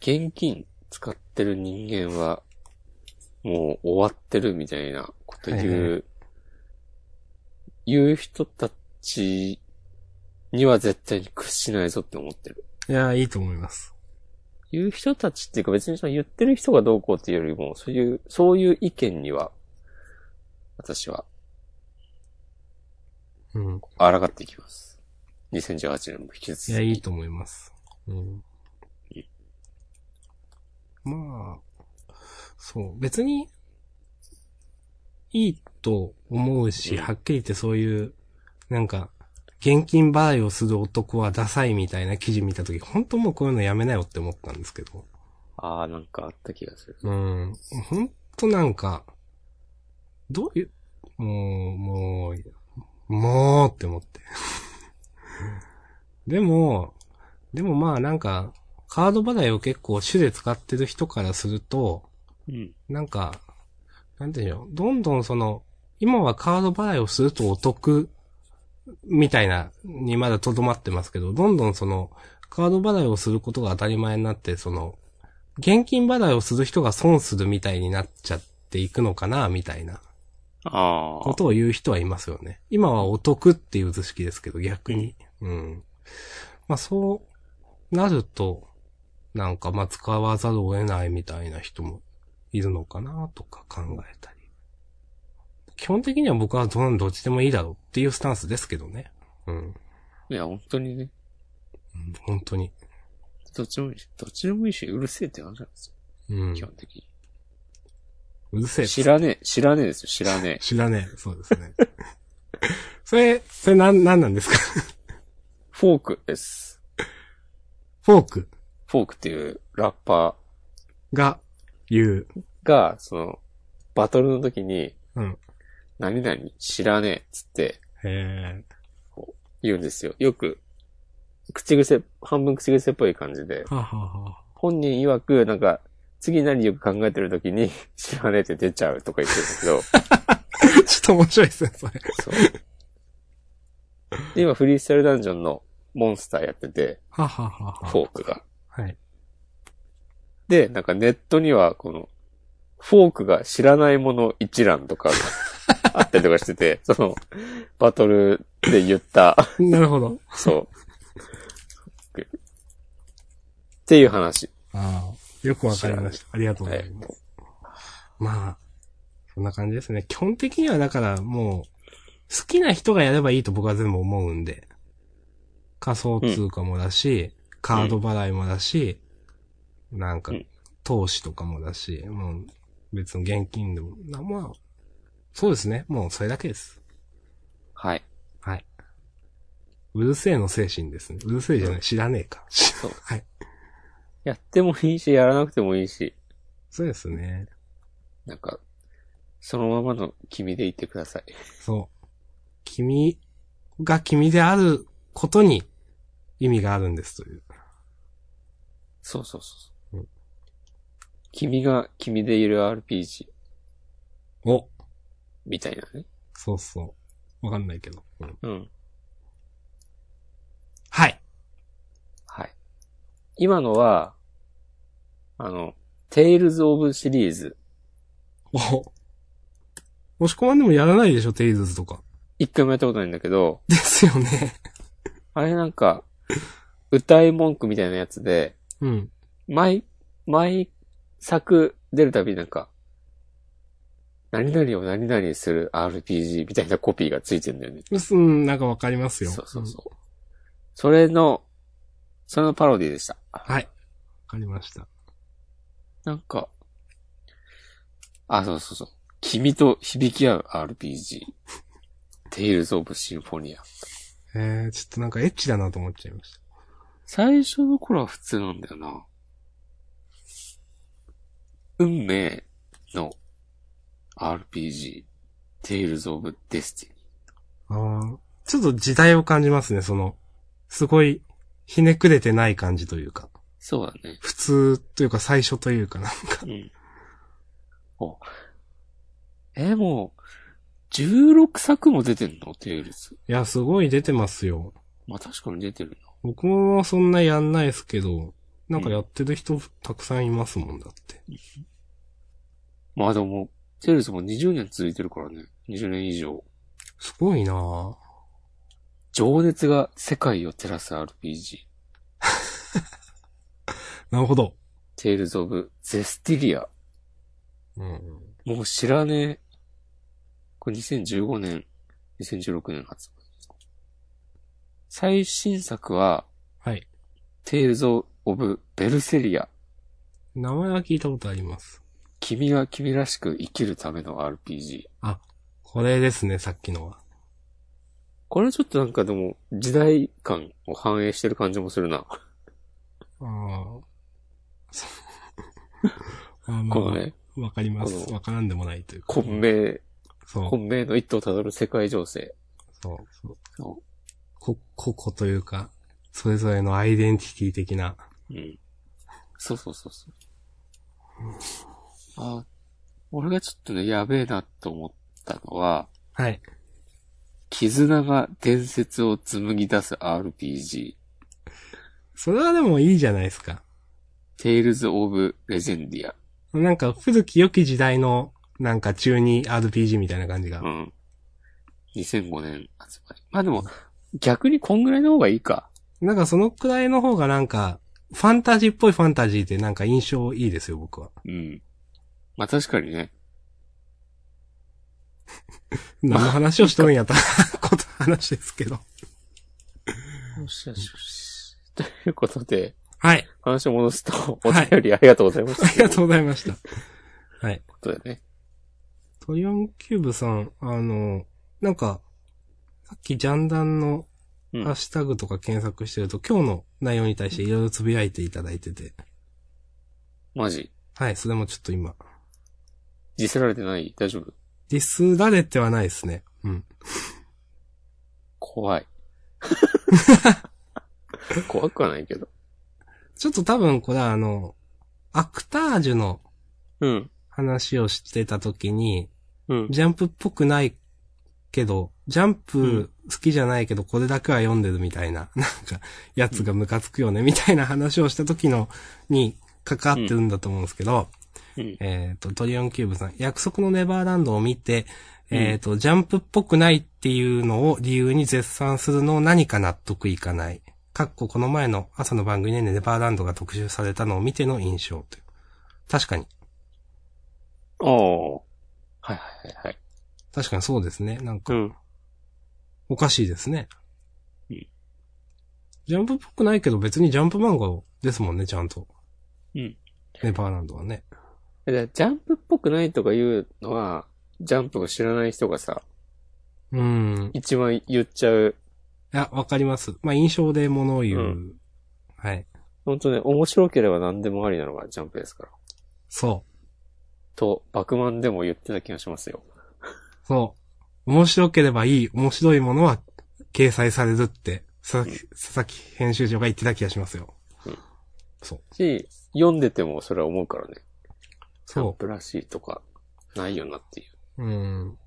Speaker 1: 現金使ってる人間は、もう終わってるみたいなこと言う、
Speaker 2: はい
Speaker 1: 言う人たちには絶対に屈しないぞって思ってる。
Speaker 2: いや、いいと思います。
Speaker 1: 言う人たちっていうか別にその言ってる人がどうこうっていうよりも、そういう、そういう意見には、私は
Speaker 2: うん。
Speaker 1: 抗っていきます。2018年も引き続
Speaker 2: い
Speaker 1: き。
Speaker 2: や、いいと思います。うん。まあ、そう、別に、いいと思うし、
Speaker 1: うん
Speaker 2: はっきり言ってそういう、なんか、現金払いをする男はダサいみたいな記事見たとき、本当もうこういうのやめなよって思ったんですけど。
Speaker 1: ああ、なんかあった気がする。
Speaker 2: うん。ほんとなんか、どういう、もう、もう、もうって思って。 (laughs) でも、でもまあなんか、カード払いを結構主で使ってる人からすると、
Speaker 1: うん。
Speaker 2: なんか、なんていうの、どんどんその、今はカード払いをするとお得、みたいな、にまだとどまってますけど、どんどんその、カード払いをすることが当たり前になって、その、現金払いをする人が損するみたいになっちゃっていくのかな、みたいな
Speaker 1: ああ
Speaker 2: こ。とを言う人はいますよね。今はお得っていう図式ですけど、逆に。うん。まあそうなると、なんかまあ使わざるを得ないみたいな人もいるのかなとか考えたり。基本的には僕はどどっちでもいいだろうっていうスタンスですけどね。うん。
Speaker 1: いや、本当にね。
Speaker 2: うん本当に。
Speaker 1: どっちでもいいし、どっちでもいいし、うるせえって話なんですよ。
Speaker 2: うん
Speaker 1: 基。本的に。
Speaker 2: うるせえ。
Speaker 1: 知らねえ、知らねえですよ、知らねえ。
Speaker 2: 知らねえ。そうですね。 (laughs) それ、それなん、なんなんですか
Speaker 1: フォークです。
Speaker 2: フォーク
Speaker 1: フォークっていうラッパ
Speaker 2: が言う。
Speaker 1: ーが、その、バトルの時に、
Speaker 2: うん。
Speaker 1: 何々知らねえっつって
Speaker 2: へえ。
Speaker 1: 言うんですよ。よく、口癖、半分口癖っぽい感じで、
Speaker 2: はあはあはあ。
Speaker 1: 本人曰く、なんか、次何よく考えてる時に、 (laughs) 知らねえって出ちゃうとか言ってるんだけど、
Speaker 2: ちょっと面白いですね、それ。
Speaker 1: そう。
Speaker 2: (laughs)
Speaker 1: で、今フリースタイルダンジョンのモンスターやってて、
Speaker 2: はははは。
Speaker 1: フォークが。
Speaker 2: はい。
Speaker 1: で、なんかネットには、この、フォークが知らないもの一覧と (laughs) かがあったりとかしてて、その、バトルで言った、 (laughs)
Speaker 2: なるほど。
Speaker 1: そう。っていう話。
Speaker 2: ああ、よくわかりました。ありがとうございます。まあ、そんな感じですね。基本的にはだからもう、好きな人がやればいいと僕は全部思うんで。仮想通貨もだし、カード払いもだし、なんか
Speaker 1: うん、
Speaker 2: 投資とかもだし、もう別に現金でも、なまあ、そうですね。もうそれだけです。
Speaker 1: はい。
Speaker 2: はい。うるせえの精神ですね。うるせえじゃない、知らねえか。
Speaker 1: う
Speaker 2: はい。
Speaker 1: やってもいいし、やらなくてもいいし、
Speaker 2: そうですね。
Speaker 1: なんか、そのままの君でいてください。
Speaker 2: そう。君が君であることに意味があるんですという。。
Speaker 1: そうそうそうそううん君が君でいる RPG
Speaker 2: お
Speaker 1: みたいなね。
Speaker 2: そうそう。わかんないけど。うん
Speaker 1: うん。
Speaker 2: はい。
Speaker 1: はい。今のは、あの、Tales of シリーズ。
Speaker 2: お押し込まんでもやらないでしょ、テイズズとか。
Speaker 1: 一回もやったことないんだけど、
Speaker 2: ですよ
Speaker 1: (laughs)
Speaker 2: ね。
Speaker 1: あれなんか、歌い文句みたいなやつで、
Speaker 2: うん。
Speaker 1: 毎、毎作出るたびになんか、何々を何々する RPG みたいなコピーがついてんだよね。
Speaker 2: うん、なんかわかりますよ。
Speaker 1: そうそうそう。それの、それのパロディでした。
Speaker 2: うん。はい。わかりました。
Speaker 1: なんか、あ、そうそうそう。君と響き合う RPG。Tales of Symphonia。
Speaker 2: えー、ちょっとなんかエッチだなと思っちゃいました。
Speaker 1: 最初の頃は普通なんだよな。運命の RPG Tales of Destiny。
Speaker 2: ああ。ちょっと時代を感じますね、その、すごい、ひねくれてない感じというか。
Speaker 1: そうだね。
Speaker 2: 普通というか最初というかなんか。
Speaker 1: うん。お。え、もう、16作も出てんのテイルズ。
Speaker 2: いや、すごい出てますよ。
Speaker 1: まあ、確かに出てるな。
Speaker 2: 僕もそんなやんないですけど、なんかやってる人たくさんいますもんだって。
Speaker 1: まあでも、テイルズも20年続いてるからね。20年以上。
Speaker 2: すごいなぁ。
Speaker 1: 情熱が世界を照らす RPG。
Speaker 2: なるほど。
Speaker 1: Tales of Zestiria。
Speaker 2: うん。
Speaker 1: もう知らねえ。これ2015年、2016年発売。最新作は、
Speaker 2: はい。
Speaker 1: Tales of Berseria。
Speaker 2: 名前は聞いたことあります。
Speaker 1: 君が君らしく生きるための RPG。
Speaker 2: これですね、さっきのは。
Speaker 1: これちょっとなんかでも、時代感を反映してる感じもするな。
Speaker 2: あー (laughs) そうあー。ま
Speaker 1: このね、
Speaker 2: あ、わかりま
Speaker 1: こ
Speaker 2: す。
Speaker 1: の
Speaker 2: わからんでもないというか。
Speaker 1: 混迷、
Speaker 2: そう。
Speaker 1: 混迷の一途をたどる世界情勢。
Speaker 2: そう。そう
Speaker 1: そ
Speaker 2: こ、個々というか、それぞれのアイデンティティ的な。
Speaker 1: う。うん。そうそうそうそう。あ、俺がちょっとね、やべえなと思ったのは、
Speaker 2: はい。
Speaker 1: 絆が伝説を紡ぎ出す RPG。
Speaker 2: それはでもいいじゃないですか。
Speaker 1: Tales of Legendia。
Speaker 2: なんか古き良き時代の、なんか中に RPG みたいな感じが。
Speaker 1: うん。2005年発売。まあでも、逆にこんぐらいの方がいいか。
Speaker 2: なんかそのくらいの方がなんか、ファンタジーっぽいファンタジーってなんか印象いいですよ、僕は。
Speaker 1: うん。まあ確かにね。
Speaker 2: 何の話をしとるんや
Speaker 1: (laughs)
Speaker 2: ったらこと、話ですけど。
Speaker 1: よしよしよし。ということで、
Speaker 2: はい。
Speaker 1: 話を戻すと、お
Speaker 2: はい
Speaker 1: 便りありがとうございました。
Speaker 2: ありがと
Speaker 1: う。
Speaker 2: うございました。はい。
Speaker 1: ということでね。
Speaker 2: トリオンキューブさん、あの、なんか、さっきジャンダンの
Speaker 1: うん
Speaker 2: ハッシュタグとか検索してると、今日の内容に対していろいろつぶやいていただいてて。
Speaker 1: マジ。
Speaker 2: はい、それもちょっと今。
Speaker 1: ディスられてない大丈夫
Speaker 2: ディスられてはないですね。うん。
Speaker 1: (laughs) 怖い。怖くはないけど。
Speaker 2: ちょっと多分これはあの、アクタージュの
Speaker 1: うん。
Speaker 2: 話をしてた時に、
Speaker 1: うん。
Speaker 2: ジャンプっぽくないけど、ジャン
Speaker 1: うん
Speaker 2: プ好きじゃないけど、これだけは読んでるみたいな、 (laughs) なんか、やつがムカつくよね、みたいな話をした時の、に関わってるんだと思うんですけど、
Speaker 1: うん。
Speaker 2: えっ、と、トリオンキューブさん、約束のネバーランドを見て、
Speaker 1: うん
Speaker 2: えっ、と、ジャンプっぽくないっていうのを理由に絶賛するのを何か納得いかない。かっここの前の朝の番組でネバーランドが特集されたのを見ての印象という。確かに。
Speaker 1: ああ。はいはいはいはい。
Speaker 2: 確かにそうですね。なん
Speaker 1: う
Speaker 2: か、
Speaker 1: ん。
Speaker 2: おかしいですね。
Speaker 1: うん
Speaker 2: ジャンプっぽくないけど別にジャンプ漫画ですもんね、ちゃんと。
Speaker 1: うん。
Speaker 2: ネバーランドはね。
Speaker 1: だからジャンプっぽくないとか言うのは、ジャンプを知らない人がさ、
Speaker 2: うん。
Speaker 1: 一番言っちゃう。
Speaker 2: いや、わかります。まあ、印象で物を言う。
Speaker 1: う
Speaker 2: はい。
Speaker 1: 本当ね、面白ければ何でもありなのがジャンプですから。
Speaker 2: そう。
Speaker 1: と、バクマンでも言ってた気がしますよ。
Speaker 2: そう。面白ければいい、面白いものは掲載されるって、佐々木、佐々木編集長が言ってた気がしますよ。
Speaker 1: し、読んでてもそれは思うからね。ジャン
Speaker 2: そ
Speaker 1: プらしいとか、ないよなっていう。
Speaker 2: う。うん。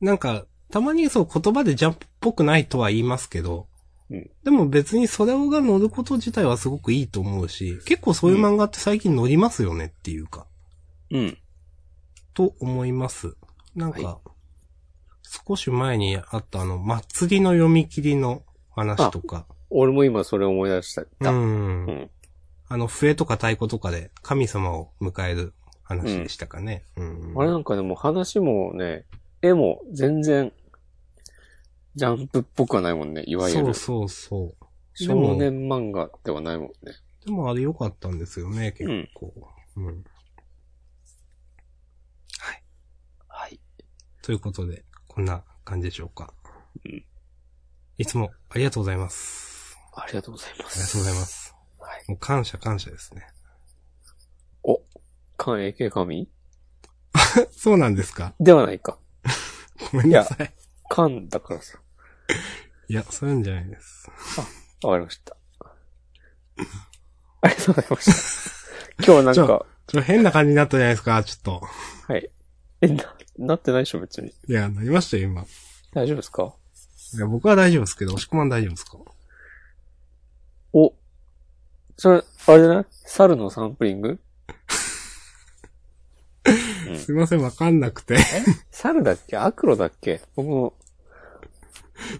Speaker 2: なんか、たまにそう言葉でジャンプっぽくないとは言いますけど、
Speaker 1: うん
Speaker 2: でも別にそれが乗ること自体はすごくいいと思うし、結構そういう漫画って最近乗りますよねっていうか、
Speaker 1: うん。
Speaker 2: と思います。なんか、
Speaker 1: はい
Speaker 2: 少し前にあったあの、祭りの読み切りの話とか、
Speaker 1: 俺も今それ思い出した。
Speaker 2: うん
Speaker 1: うん
Speaker 2: あの、笛とか太鼓とかで神様を迎える話でしたかね。うん
Speaker 1: あれなんかでも話もね、絵も全然、ジャンプっぽくはないもんね。いわゆ
Speaker 2: そ
Speaker 1: る
Speaker 2: う、そうそう。で
Speaker 1: 少
Speaker 2: も、で
Speaker 1: 年漫画ではないもんね。
Speaker 2: もあれ良かったんですよね、結構。うんはい。
Speaker 1: はい。
Speaker 2: ということで、こんな感じでしょうか。
Speaker 1: うん
Speaker 2: いつもありがとうございます。
Speaker 1: ありがとうございま
Speaker 2: あ
Speaker 1: す。
Speaker 2: りがとうございま。す。
Speaker 1: はい。
Speaker 2: もう感謝感謝ですね。 (laughs)
Speaker 1: お、関英系神
Speaker 2: そうなんですか
Speaker 1: ではないか。
Speaker 2: ごめんなさい。
Speaker 1: 関だからさ。
Speaker 2: いや、そういうんじゃないです。
Speaker 1: わかりま (laughs) した。ありがとうございました。今日はなんか、
Speaker 2: ちょ、変な感じになったじゃないですか、ちょっと。
Speaker 1: はい。え、な、なってないでしょ、別に。
Speaker 2: いや、なりましたよ、今。
Speaker 1: 大丈夫ですか
Speaker 2: いや、僕は大丈夫ですけど、押し込まん大丈夫ですか
Speaker 1: お。それ、あれじゃない猿のサンプリング
Speaker 2: すいません、わかんなくて。 (laughs)
Speaker 1: 猿だっけアクロだっけ僕 (laughs) も、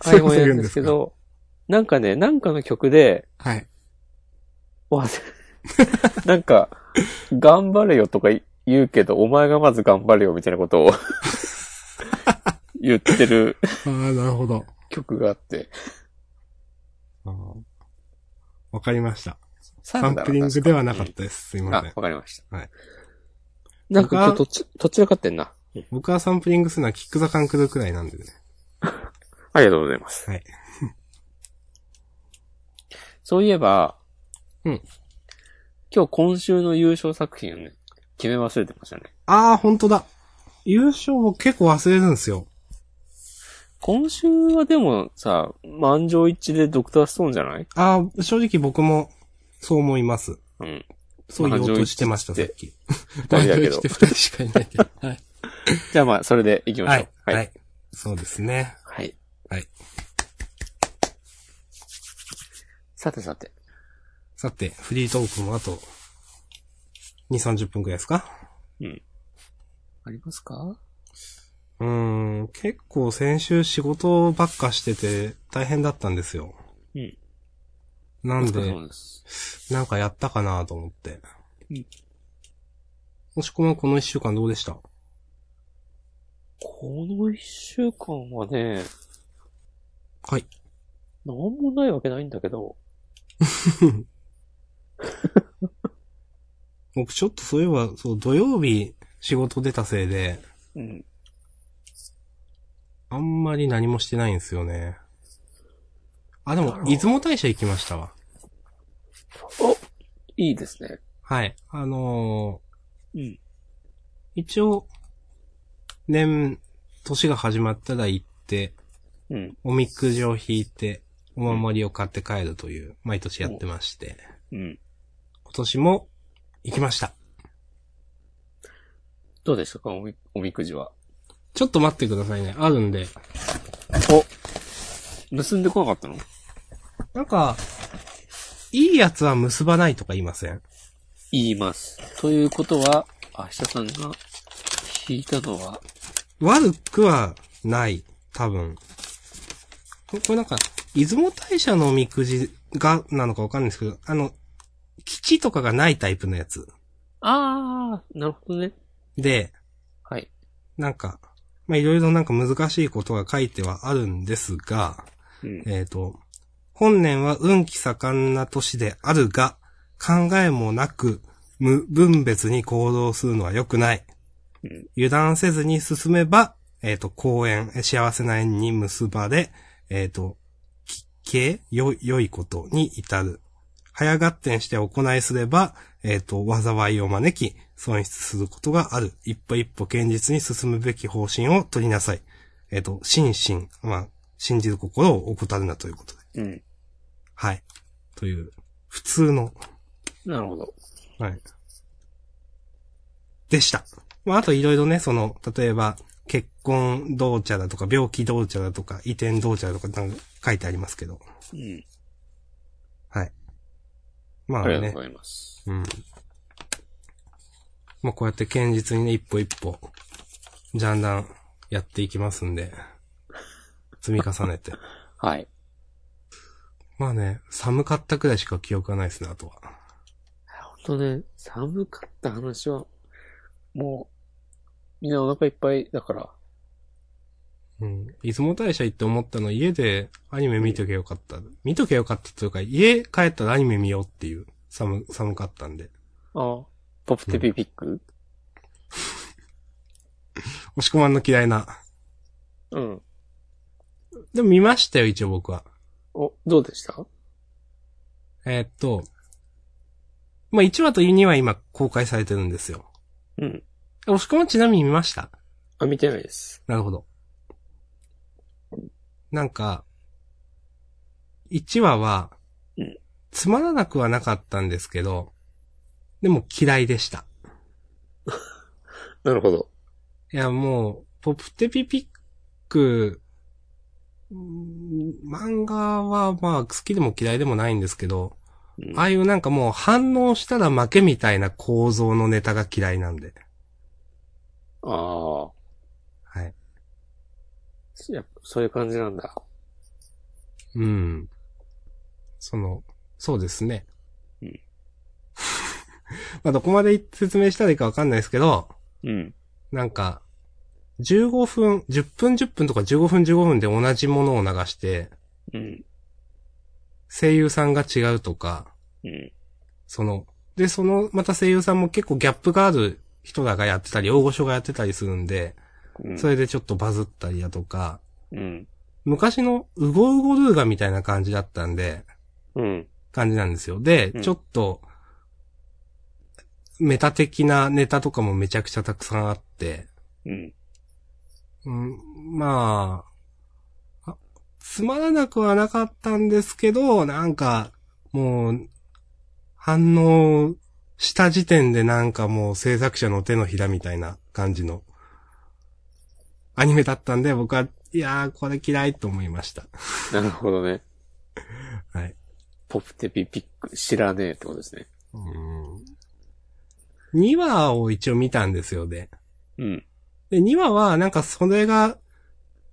Speaker 2: そうい
Speaker 1: iPhone
Speaker 2: うこと
Speaker 1: や
Speaker 2: 言
Speaker 1: る
Speaker 2: うんん
Speaker 1: で
Speaker 2: ですすか
Speaker 1: けど、なんかね、なんかの曲で、
Speaker 2: はい。
Speaker 1: わ、 (laughs) なんか、頑張れよとか言うけど、お前がまず頑張れよみたいなことを (laughs) 言ってる
Speaker 2: ああ、なるほど。
Speaker 1: 曲があって。
Speaker 2: あーわかりました。サ
Speaker 1: サ
Speaker 2: ンプリングではなかったです。すいま
Speaker 1: あ
Speaker 2: せん、。
Speaker 1: わかりました。
Speaker 2: はい
Speaker 1: なんか今日とち、とちらかってんな。
Speaker 2: 僕はサンプリングするのはキックザカンクルくらいなんでね。
Speaker 1: ありがとうございます。
Speaker 2: はい。
Speaker 1: そういえば、
Speaker 2: うん。
Speaker 1: 今日今週の優勝作品をね、決め忘れてましたね。
Speaker 2: ああ、本当だ。優勝を結構忘れるんですよ。
Speaker 1: 今週はでもさ、満場一致でドクターストーンじゃない
Speaker 2: ああ、正直僕もそう思います。
Speaker 1: うん。
Speaker 2: そう言おうとしてました、さ
Speaker 1: 満
Speaker 2: っ
Speaker 1: 場
Speaker 2: き。
Speaker 1: 二
Speaker 2: (laughs)
Speaker 1: 人だけど
Speaker 2: して二人しかいないけど。はい。
Speaker 1: じゃあまあ、それで行きま
Speaker 2: は
Speaker 1: しょ。。
Speaker 2: いうは
Speaker 1: はい。
Speaker 2: い。そうですね。
Speaker 1: はい。
Speaker 2: はい。
Speaker 1: さてさて。
Speaker 2: さて、フリートークもあと、2、30分くらいですか
Speaker 1: ありますか
Speaker 2: うーん、結構先週仕事ばっかしてて大変だったんですよ。
Speaker 1: うん。
Speaker 2: なん
Speaker 1: お疲れ
Speaker 2: で、
Speaker 1: 様です
Speaker 2: なんかやったかなと思って。
Speaker 1: うん。
Speaker 2: もしくはこの一週間どうでした
Speaker 1: この一週間はね、
Speaker 2: はい。
Speaker 1: なんもないわけないんだけど、
Speaker 2: 僕ちょっとそういえば、そう、土曜日仕事出たせいで、
Speaker 1: うん。
Speaker 2: あんまり何もしてないんですよね。あ、で
Speaker 1: なるほ
Speaker 2: も、
Speaker 1: ど
Speaker 2: 出雲大社行きましたわ。
Speaker 1: おいいですね。
Speaker 2: はい。あの
Speaker 1: うん。
Speaker 2: ー一応、年、年が始まったら行って、
Speaker 1: うん。
Speaker 2: おみくじを引いて、お守りを買って帰るという、毎年やってまして、
Speaker 1: うん。
Speaker 2: 今年も行きました。
Speaker 1: どうでしたかおみおみくじは。
Speaker 2: ちょっと待ってくださいね。あるんで。
Speaker 1: 結んでこなかったの
Speaker 2: なんか、いいやつは結ばないとか言いません
Speaker 1: 言います。ということは、明日さんが引いたのは、
Speaker 2: 悪くはない。多分。ここれなんか、出雲大社のおみくじが、なのかわかんないですけど、あの、基地とかがないタイプのやつ。
Speaker 1: あー、なるほどね。
Speaker 2: で、
Speaker 1: はい。
Speaker 2: なんか、まあ、いろいろなんか難しいことが書いてはあるんですが、
Speaker 1: うん。
Speaker 2: えっ、と、本年は運気盛んな年であるが、考えもなく、無分別に行動するのは良くない
Speaker 1: うん。
Speaker 2: 油断せずに進めば、えっ、と、公園、え幸せな縁に結ばれ、えっ、と、きけよ、良いことに至る。早合点して行いすれば、えっ、と、災いを招き、損失することがある。一歩一歩堅実に進むべき方針を取りなさい。えっ、と、心身、まあ、信じる心を怠るなということで。
Speaker 1: うん。
Speaker 2: はい。という、普通の、
Speaker 1: なるほど。
Speaker 2: はい。でした。まあ、あといろいろね、その、例えば、結婚どうちゃだとか、病気どうちゃだとか、移転どうちゃだとか、なんか書いてありますけど。
Speaker 1: うん。
Speaker 2: はい。まあ
Speaker 1: ありがとう
Speaker 2: ね
Speaker 1: ご。ざいます。
Speaker 2: うん。まあ、こうやって堅実にね、一歩一歩、じゃんだんやっていきますんで、積み重
Speaker 1: (laughs)
Speaker 2: ねて。
Speaker 1: はい。
Speaker 2: まあね、寒かったくらいしか記憶がないですね、あとは。
Speaker 1: ほんとね、寒かった話は、もう、みんなお腹いっぱいだから、
Speaker 2: うん。出雲大社行って思ったの、家でアニメ見とけよかった。見とけよかったというか、家帰ったらアニメ見ようっていう、寒、寒かったんで。
Speaker 1: ああ、ポプテピピック、
Speaker 2: 押し込まんの嫌いな。
Speaker 1: うん、
Speaker 2: でも見ましたよ、一応僕は。
Speaker 1: お、どうでした
Speaker 2: えーっと、まあ、1話と2話今公開されてるんですよ。
Speaker 1: うん。
Speaker 2: 押し込まんちなみに見ました
Speaker 1: あ、見てないです。
Speaker 2: なるほど。なんか、1話は
Speaker 1: うん、
Speaker 2: つまらなくはなかったんですけど、でも嫌いでした。
Speaker 1: なるほど。
Speaker 2: いや、もう、ポプテピピック、うーん漫画はまあ好きでも嫌いでもないんですけど、
Speaker 1: うん
Speaker 2: ああいうなんかもう反応したら負けみたいな構造のネタが嫌いなんで。
Speaker 1: ああ、
Speaker 2: はい。
Speaker 1: やっぱそういう感じなんだ。
Speaker 2: うん。その、そうですね。
Speaker 1: うん
Speaker 2: (laughs) まあどこまで説明したらいいかわかんないですけど、
Speaker 1: うん。
Speaker 2: なんか、15分、10分10分とか15分15分で同じものを流して、
Speaker 1: うん。
Speaker 2: 声優さんが違うとか、
Speaker 1: うん。
Speaker 2: その、で、その、また声優さんも結構ギャップがある人らがやってたり、大御所がやってたりするんで、
Speaker 1: うん。
Speaker 2: それでちょっとバズったりだとか、
Speaker 1: うん。
Speaker 2: 昔のウゴウゴルーガみたいな感じだったんで、
Speaker 1: うん。
Speaker 2: 感じなんですよ。で、
Speaker 1: うん
Speaker 2: ちょっと、メタ的なネタとかもめちゃくちゃたくさんあって、
Speaker 1: うん。
Speaker 2: うん、まあ、あつまらなくはなかったんですけど、なんか、もう、反応した時点でなんかもう制作者の手のひらみたいな感じのアニメだったんで、僕は、いやー、これ嫌いと思いました。
Speaker 1: なるほどね。
Speaker 2: (laughs) はい。
Speaker 1: ポプテピピック知らねえってことですね。
Speaker 2: うん。2話を一応見たんですよね。
Speaker 1: うん。
Speaker 2: で、2話は、なんかそれが、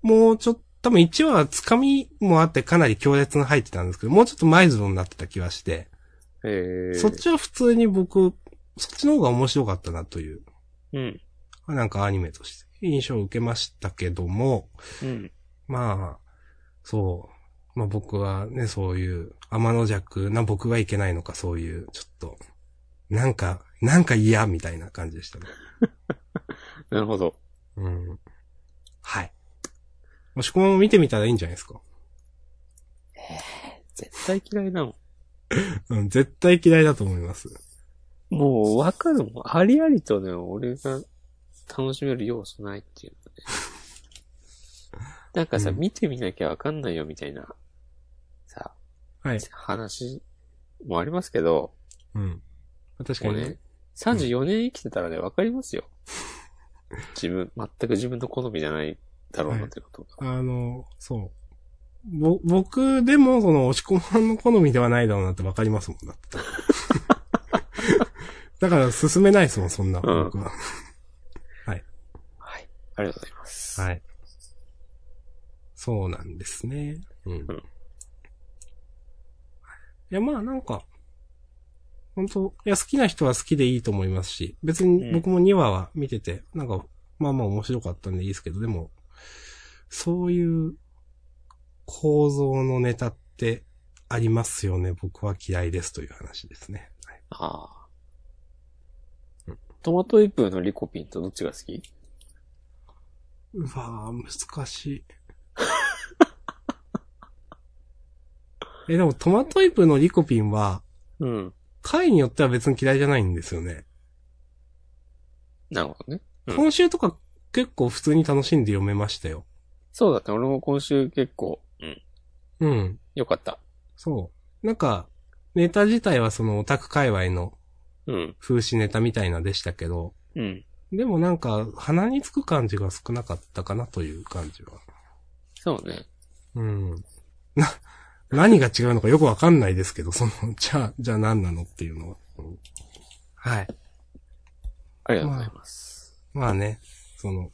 Speaker 2: もうちょっと、多分1話はつかみもあってかなり強烈な入ってたんですけど、もうちょっとマイルドになってた気はして、
Speaker 1: えー。
Speaker 2: そっちは普通に僕、そっちの方が面白かったなという、
Speaker 1: うん。
Speaker 2: なんかアニメとして印象を受けましたけども、
Speaker 1: うん。
Speaker 2: まあ、そう、まあ僕はね、そういう、天の弱な僕がいけないのか、そういう、ちょっと、なんか、なんか嫌みたいな感じでしたね。
Speaker 1: なるほど。
Speaker 2: うん。はい。もしこも見てみたらいいんじゃないですか。
Speaker 1: 絶対嫌いなの。
Speaker 2: うん、絶対嫌いだと思います。
Speaker 1: もうわかるもん。ありありとね、俺が楽しめる要素ないっていうのね。なんかさ、
Speaker 2: うん
Speaker 1: 見てみなきゃわかんないよみたいな、さ、
Speaker 2: はい。
Speaker 1: 話もありますけど、
Speaker 2: うん。確か
Speaker 1: もう
Speaker 2: に
Speaker 1: ね
Speaker 2: ね。、
Speaker 1: (laughs) 34年生きてたらね、わかりますよ。自分、全く自分の好みじゃないだろうなってことが。
Speaker 2: あの、そう。ぼ、僕でも、その、押し込まんの好みではないだろうなってわかりますもんだって。だから、進めないですもん、そんな、
Speaker 1: うん
Speaker 2: 僕は。
Speaker 1: はい。ありがとうございます。
Speaker 2: はい。そうなんですね。うん。いや、まあ、なんか、本当いや、好きな人は好きでいいと思いますし、別
Speaker 1: う
Speaker 2: に
Speaker 1: ん
Speaker 2: 僕も2話は見てて、なんか、まあまあ面白かったんでいいですけど、でも、そういう構造のネタってありますよね。僕は嫌いですという話ですね。はい
Speaker 1: ああ。トマトイプーのリコピンとどっちが好き
Speaker 2: うわぁ、難しい。え、でもトマトイプのリコピンは、
Speaker 1: うん。
Speaker 2: 回によっては別に嫌いじゃないんですよね。
Speaker 1: なるほどね。うん
Speaker 2: 今週とか結構普通に楽しんで読めましたよ。
Speaker 1: そうだね。俺も今週結構、うん。
Speaker 2: うん。
Speaker 1: よかった。
Speaker 2: そう。なんか、ネタ自体はそのオタク界隈の
Speaker 1: うん。
Speaker 2: 風刺ネタみたいなでしたけど、
Speaker 1: うん。
Speaker 2: でもなんか鼻につく感じが少なかったかなという感じは。
Speaker 1: そうね。
Speaker 2: うん。な、何が違うのかよくわかんないですけど、その、じゃあ、じゃあ何なのっていうのは。うんはい。
Speaker 1: ありがとうございます。
Speaker 2: まあね、その、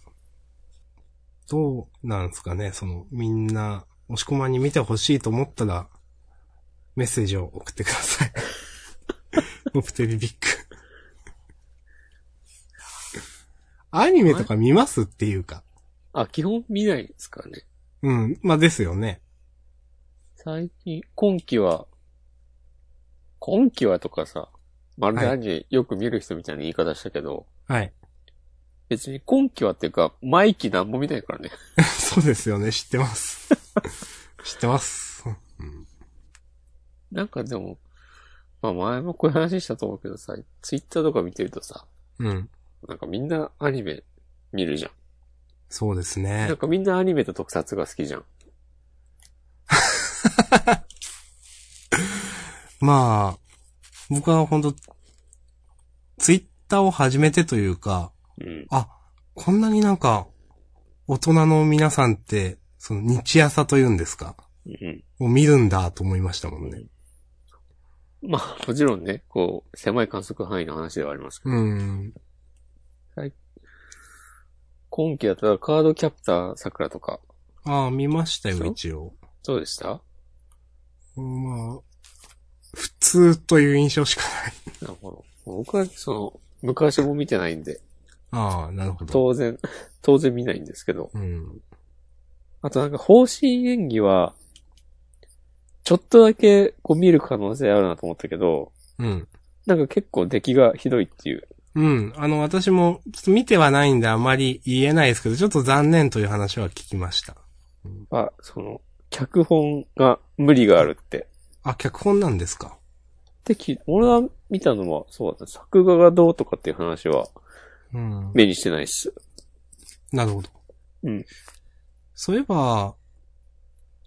Speaker 2: どうなんですかね、その、みんな、押し込まんに見てほしいと思ったら、メッセージを送ってくださ (laughs) い。ノプテリビック。アニメとか見ますっていうか。
Speaker 1: あ、基本見ないですからね。
Speaker 2: うん。まあですよね。
Speaker 1: 最近、今期は、今期はとかさ、まるでアニメよく見る人みたいな言い方したけど、
Speaker 2: はい。
Speaker 1: 別に今期はっていうか、毎期なんも見ないからね。 (laughs)
Speaker 2: (laughs) そうですよね。知ってます。 (laughs) 知ってます。うん
Speaker 1: なんかでも、まあ前もこういう話したと思うけどさ、ツイッターとか見てるとさ、
Speaker 2: うん。
Speaker 1: なんかみんなアニメ見るじゃん。
Speaker 2: そうです
Speaker 1: な
Speaker 2: ね
Speaker 1: ん。かみんなアニメと特撮が好きじゃん。
Speaker 2: まあ、僕は本当ツイッターを始めてというか、
Speaker 1: うん。
Speaker 2: あ、こんなになんか、大人の皆さんって、その日朝というんですか、
Speaker 1: うん。
Speaker 2: を見るんだと思いましたもんね。
Speaker 1: まあもちろんね、こう、狭い観測範囲の話ではありますけど、
Speaker 2: うん。
Speaker 1: 今期だったらカードキャプター桜とか、
Speaker 2: ああ、見ましたよ、
Speaker 1: そう
Speaker 2: 一応。
Speaker 1: どうでした
Speaker 2: まあ、普通という印象しか
Speaker 1: な
Speaker 2: ない。
Speaker 1: るほど。僕は、その、昔も見てないんで、
Speaker 2: ああ、なるほど。
Speaker 1: 当然、当然見ないんですけど。
Speaker 2: うん。
Speaker 1: あとなんか、方針演技は、ちょっとだけ、こう見る可能性あるなと思ったけど、
Speaker 2: うん。
Speaker 1: なんか結構出来がひどいっていう。
Speaker 2: うん。あの、私も、ちょっと見てはないんであまり言えないですけど、ちょっと残念という話は聞きました。
Speaker 1: あ、その、脚本が無理があるって。
Speaker 2: あ、脚本なんですか
Speaker 1: で、き俺が見たのは、そうだった。作画がどうとかっていう話は、
Speaker 2: うん。
Speaker 1: 目にしてないっす。
Speaker 2: なるほど。
Speaker 1: うん。
Speaker 2: そういえば、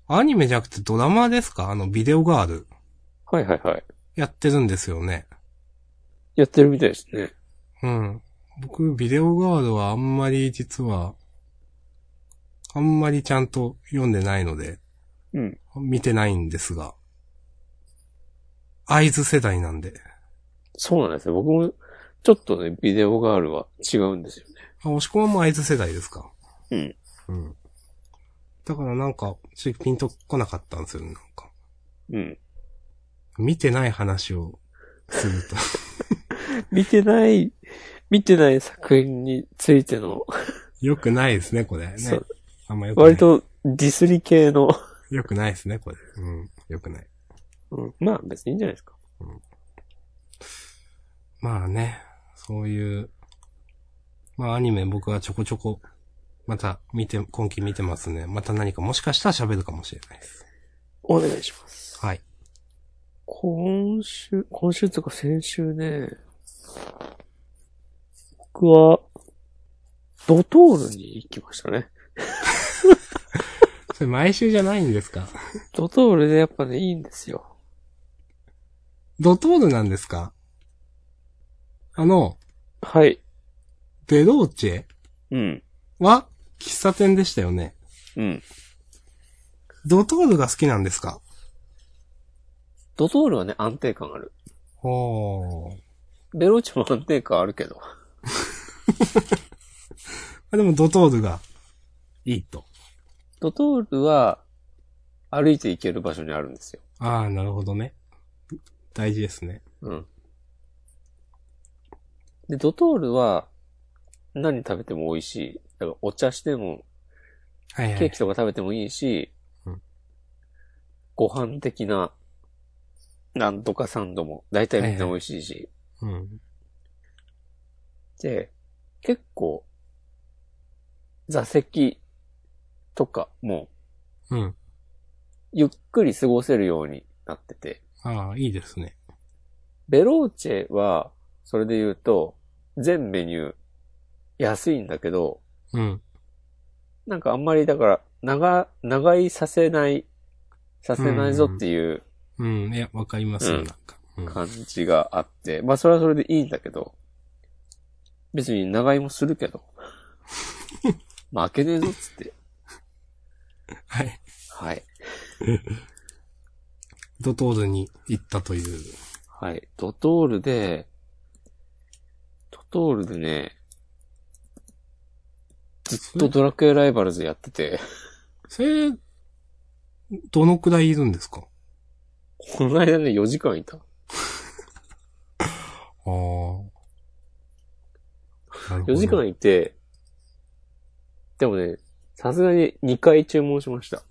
Speaker 2: アニメじゃなくてドラマですかあの、ビデオガール。
Speaker 1: はいはいはい。
Speaker 2: やってるんですよね。
Speaker 1: やってるみたいですね。
Speaker 2: うん。僕、ビデオガールはあんまり実は、あんまりちゃんと読んでないので、
Speaker 1: うん。
Speaker 2: 見てないんですが。合図世代なんで。
Speaker 1: そうなんですよ。僕も、ちょっとね、ビデオガールは違うんですよね。
Speaker 2: あ、押し込まんも合図世代ですか
Speaker 1: うん。
Speaker 2: うん。だからなんか、ちょっとピンとこなかったんですよね、なんか。
Speaker 1: うん。
Speaker 2: 見てない話をすると。 (laughs)
Speaker 1: 見てない、見てない作品についての、
Speaker 2: よくないですね、これ。ね
Speaker 1: そう。
Speaker 2: あんまよくない。
Speaker 1: 割とディスり系の、
Speaker 2: よくないですね、これ。うん。よくない。
Speaker 1: うんまあ別にいいんじゃないですか。
Speaker 2: まあね、そういう、まあアニメ僕はちょこちょこ、また見て、今期見てますね。また何かもしかしたら喋るかもしれないです。
Speaker 1: お願いします。
Speaker 2: はい。
Speaker 1: 今週、今週とか先週ね、僕は、ドトールに行きましたね。
Speaker 2: それ毎週じゃないんですか
Speaker 1: ドトールでやっぱね、いいんですよ。
Speaker 2: ドトールなんですかあの、
Speaker 1: はい。
Speaker 2: ベローチェ
Speaker 1: ううん。
Speaker 2: は、喫茶店でしたよね。
Speaker 1: うん。
Speaker 2: ドトールが好きなんですか
Speaker 1: ドトールはね、安定感ある。
Speaker 2: ほー。
Speaker 1: ベローチェも安定感あるけど。
Speaker 2: あでもドトールが、いいと。
Speaker 1: ドトールは、歩いて行ける場所にあるんですよ。
Speaker 2: ああ、なるほどね。大事ですね。
Speaker 1: うん。で、ドトールは、何食べても美味しい。だからお茶しても、
Speaker 2: はいは
Speaker 1: ケー
Speaker 2: い
Speaker 1: キ。とか食べてもいいし、
Speaker 2: うん
Speaker 1: ご飯的な、なんとかサンドも、だいたいみんな美味しいし、
Speaker 2: うん。
Speaker 1: で、結構、座席とかも、
Speaker 2: うん。
Speaker 1: ゆっくり過ごせるようになってて、
Speaker 2: ああ、いいですね。
Speaker 1: ベローチェは、それで言うと、全メニュー、安いんだけど、
Speaker 2: うん。
Speaker 1: なんかあんまりだから、長、長いさせない、させないぞっていう
Speaker 2: うん。いや、わかりますよ、
Speaker 1: うん
Speaker 2: なんか。うん。
Speaker 1: 感じがあって、まあそれはそれでいいんだけど、別に長居もするけ (laughs) ど、まあ開けねえぞっつって、
Speaker 2: はい。
Speaker 1: はい。
Speaker 2: ドトールに行ったという。
Speaker 1: はい。ドトールで、ドトールでね、ずっとドラクエライバルズやってて、
Speaker 2: それ、どのくらいいるんですか
Speaker 1: この間ね、4時間いた。
Speaker 2: ああ。なるほど
Speaker 1: 4時間いて、でもね、さすがに2回注文しました。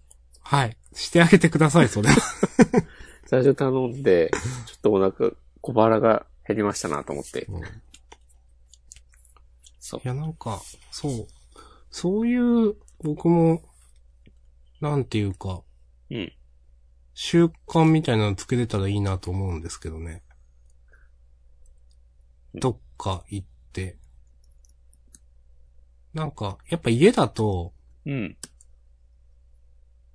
Speaker 2: はい。してあげてください、そ
Speaker 1: (laughs)
Speaker 2: れ。
Speaker 1: 最初頼んで、ちょっとお腹、小腹が減りましたなと思って。
Speaker 2: うんい
Speaker 1: そう。
Speaker 2: や、なんか、そう。そういう、僕も、なんていうか、
Speaker 1: うん。
Speaker 2: 習慣みたいなのつけれたらいいなと思うんですけどね。どっか行って。なんか、やっぱ家だと、
Speaker 1: うん。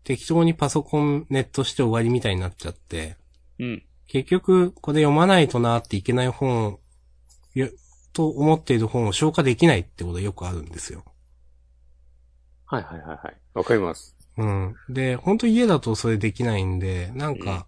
Speaker 2: 適当にパソコンネットして終わりみたいになっちゃって、
Speaker 1: うん。
Speaker 2: 結局、これ読まないとなっていけない本、よと思っている本を消化できないってことはよくあるんですよ。
Speaker 1: はいはいはいはい。わかります。
Speaker 2: うん。で、本当家だとそれできないんで、なんか、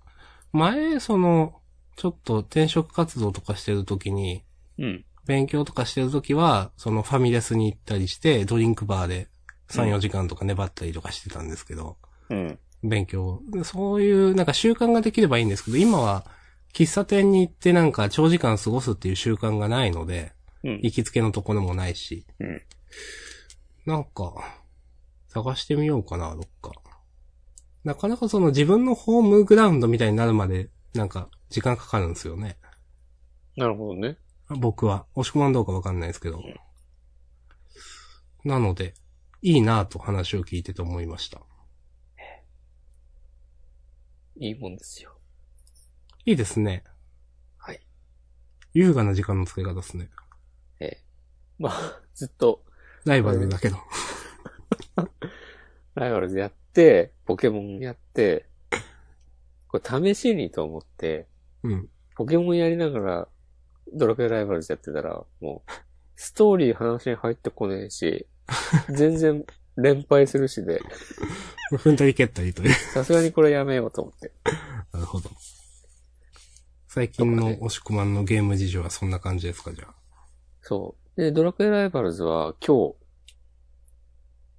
Speaker 2: 前、その、ちょっと転職活動とかしてるときに、
Speaker 1: うん。
Speaker 2: 勉強とかしてるときは、そのファミレスに行ったりして、ドリンクバーで3、
Speaker 1: う
Speaker 2: 4
Speaker 1: ん
Speaker 2: 時間とか粘ったりとかしてたんですけど、
Speaker 1: うん。
Speaker 2: 勉強を。でそういう、なんか習慣ができればいいんですけど、今は、喫茶店に行ってなんか長時間過ごすっていう習慣がないので、
Speaker 1: うん。
Speaker 2: 行きつけのところもないし、
Speaker 1: うん
Speaker 2: なんか、探してみようかな、どっか。なかなかその自分のホームグラウンドみたいになるまで、なんか、時間かかるんですよね。
Speaker 1: なるほどね。
Speaker 2: 僕は。押し込まんどうかわかんないですけど
Speaker 1: ん。
Speaker 2: なので、いいなぁと話を聞いてて思いました。
Speaker 1: いいもんですよ。
Speaker 2: いいですね。
Speaker 1: はい。
Speaker 2: 優雅な時間の使い方ですね。
Speaker 1: ええ。まあ、 (laughs) ずっと、
Speaker 2: ライバルだけど。
Speaker 1: ライバルズやって、ポケモンやって、これ試しにと思って、
Speaker 2: うん。
Speaker 1: ポケモンやりながら、ドラクエライバルズやってたら、もう、ストーリー話に入ってこねえ (laughs) し、全然連敗するしで、
Speaker 2: (laughs) 踏んだり蹴ったりという。
Speaker 1: さすがにこれやめようと思って。
Speaker 2: なるほど。最近の押し込まんのゲーム事情はそんな感じですか、じゃあ。
Speaker 1: そう。で、ドラクエライバルズは今日、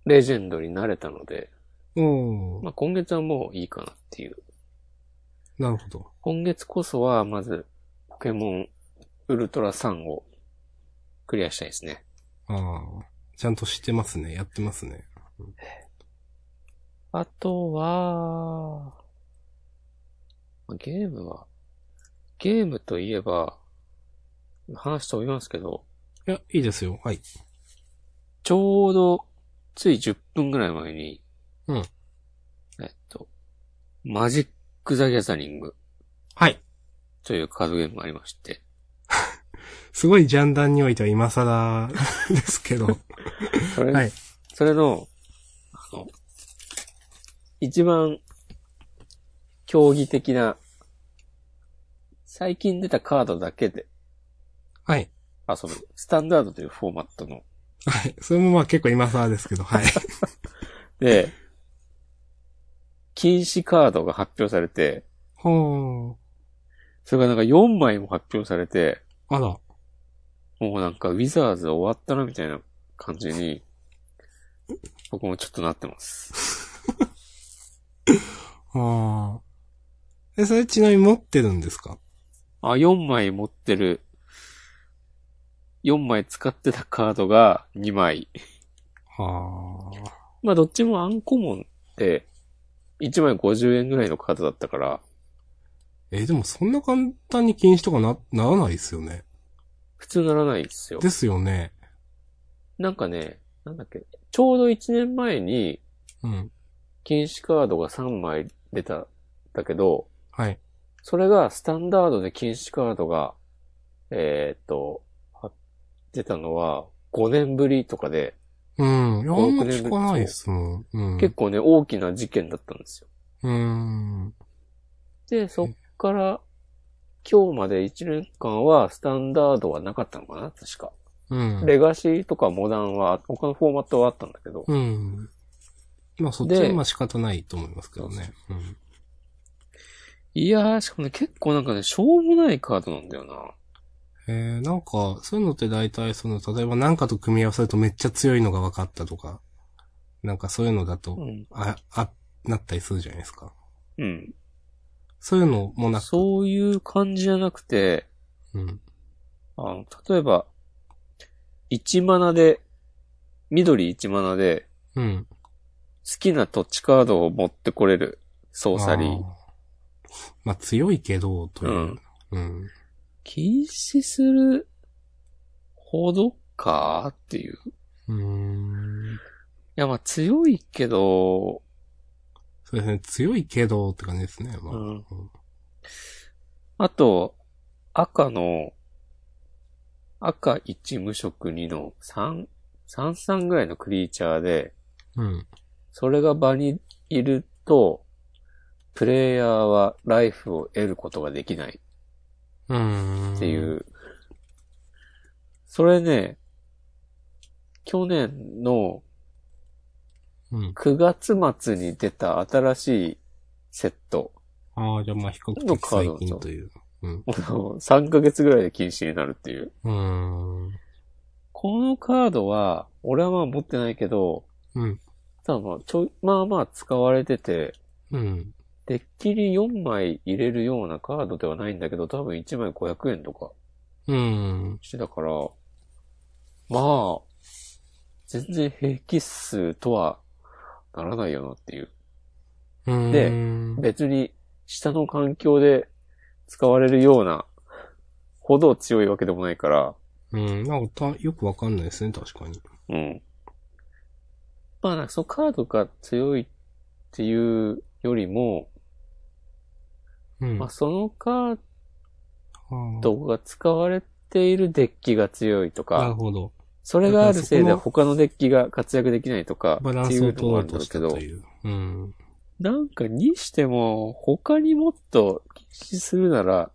Speaker 1: レジェンドになれたので、
Speaker 2: おー
Speaker 1: まあ今月はもういいかなっていう。
Speaker 2: なるほど。
Speaker 1: 今月こそは、まず、ポケモンウルトラ3をクリアしたいですね。
Speaker 2: ああ。ちゃんと知ってますね。やってますね。
Speaker 1: あとは、まあゲームは、ゲームといえば、話飛びますけど、
Speaker 2: いや、いいですよ。はい。
Speaker 1: ちょうど、つい10分ぐらい前に、
Speaker 2: うん
Speaker 1: えっと、マジック・ザ・ギャザリング
Speaker 2: はい。
Speaker 1: というカードゲームがありまして、
Speaker 2: すごいジャンダンにおいては今更 (laughs) ですけど。
Speaker 1: それ、
Speaker 2: はい
Speaker 1: それの、あの、一番、競技的な、最近出たカードだけで
Speaker 2: はい。
Speaker 1: 遊ぶ、スタンダードというフォーマットの
Speaker 2: はい。それもまあ結構今更ですけど、はい。
Speaker 1: で、禁止カードが発表されて、
Speaker 2: (laughs) ほ
Speaker 1: それがなんか4枚も発表されて、
Speaker 2: ー。あら。
Speaker 1: もうなんかウィザーズ終わったなみたいな感じに、僕もちょっとなってます。
Speaker 2: ああ。え、それちなみに持ってるんですか
Speaker 1: あ、4枚持ってる。4枚使ってたカードが2枚。
Speaker 2: はあ。
Speaker 1: まあどっちもアンコモンって、1枚50円ぐらいのカードだったから、
Speaker 2: え、でもそんな簡単に禁止とかな、ならないですよね。
Speaker 1: 普通ならないんですよ。
Speaker 2: ですよね。
Speaker 1: なんかね、なんだっけ、ちょうど1年前に
Speaker 2: うん。
Speaker 1: 禁止カードが3枚出た、だけど、
Speaker 2: はい。
Speaker 1: それがスタンダードで禁止カードが、えーっと、は出たのは5年ぶりとかで、
Speaker 2: うん。いや、あんま
Speaker 1: 5年
Speaker 2: 聞かないっすもん。うん。
Speaker 1: 結構ね、大きな事件だったんですよ。
Speaker 2: うん。
Speaker 1: で、そっから、今日まで1年間はスタンダードはなかったのかな確か。
Speaker 2: うん。
Speaker 1: レガシーとかモダンは、他のフォーマットはあったんだけど。
Speaker 2: うん。まあそっちは
Speaker 1: で
Speaker 2: まあ仕方ないと思いますけどね。うん。
Speaker 1: いやー、しかもね、結構なんかね、しょうもないカードなんだよな。
Speaker 2: えー、なんか、そういうのって大体その、例えば何かと組み合わせるとめっちゃ強いのが分かったとか、なんかそういうのだと、
Speaker 1: うん。
Speaker 2: あ、あ、なったりするじゃないですか。
Speaker 1: うん。
Speaker 2: そういうのもなく、
Speaker 1: そういう感じじゃなくて、
Speaker 2: うん。
Speaker 1: あの、例えば、1マナで、緑1マナで、
Speaker 2: うん。
Speaker 1: 好きな土地カードを持ってこれる、ソーサリ
Speaker 2: あ
Speaker 1: ー
Speaker 2: ー。まあ強いけど、という。
Speaker 1: うん
Speaker 2: うん。
Speaker 1: 禁止するほどかっていう。
Speaker 2: うーん。
Speaker 1: いや、まあ強いけど、
Speaker 2: そうですね。強いけどって感じですね。まあ。
Speaker 1: うんあと、赤の、赤1無色2の3、33ぐらいのクリーチャーで、
Speaker 2: うん。
Speaker 1: それが場にいると、プレイヤーはライフを得ることができない
Speaker 2: うん。
Speaker 1: っていう。。それね、去年の
Speaker 2: うん。
Speaker 1: 9月末に出た新しいセット。
Speaker 2: ああ、じゃあまあ比較
Speaker 1: の
Speaker 2: 的
Speaker 1: カード
Speaker 2: 最近という。うん。
Speaker 1: もう3ヶ月ぐらいで禁止になるっていう。
Speaker 2: うーん。
Speaker 1: このカードは、俺はまあ持ってないけど、
Speaker 2: うん。
Speaker 1: ただまあちょい、まあまあ使われてて、
Speaker 2: うん。
Speaker 1: デッキに4枚入れるようなカードではないんだけど、多分1枚500円とか
Speaker 2: うん。
Speaker 1: してたから、まあ、全然平気数とはならないよなっていう。
Speaker 2: うん。
Speaker 1: で別に下の環境で使われるようなほど強いわけでもないから、
Speaker 2: うん。なんかた、よくわかんないですね、確かに。
Speaker 1: うん。まあなんかそのカードが強いっていうよりも、
Speaker 2: うん。
Speaker 1: まあそのカー
Speaker 2: あー
Speaker 1: ドが使われているデッキが強いと
Speaker 2: なる
Speaker 1: か、
Speaker 2: ほど。
Speaker 1: それがあるせいで
Speaker 2: だからそ
Speaker 1: 他のデッキが活躍できないとか、
Speaker 2: バラ
Speaker 1: っ
Speaker 2: ン
Speaker 1: てい
Speaker 2: スを
Speaker 1: う
Speaker 2: 取
Speaker 1: のも
Speaker 2: ろ
Speaker 1: あるだ
Speaker 2: うんと
Speaker 1: ろ
Speaker 2: し
Speaker 1: うけ
Speaker 2: た
Speaker 1: ど
Speaker 2: と、いう。うん。
Speaker 1: なんかにしても他にもっと禁止するなら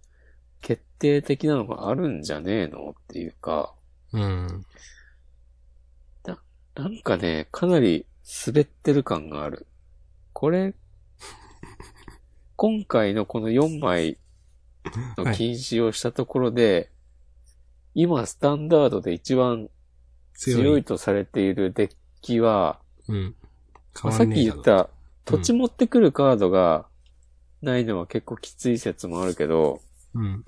Speaker 1: 決定的なのがあるんじゃねえのっていうか、
Speaker 2: うん。
Speaker 1: なんかね、かなり滑ってる感がある。これ、今回のこの4枚の禁止をしたところで、今スタンダードで一番強い。とされているデッキは、
Speaker 2: うん。
Speaker 1: まあ
Speaker 2: 変
Speaker 1: さ
Speaker 2: わ
Speaker 1: っ
Speaker 2: んね
Speaker 1: き
Speaker 2: え
Speaker 1: 言
Speaker 2: だ
Speaker 1: っ
Speaker 2: ろ
Speaker 1: た土地持ってくるカードがないのは結構きつい説もあるけど、
Speaker 2: うん。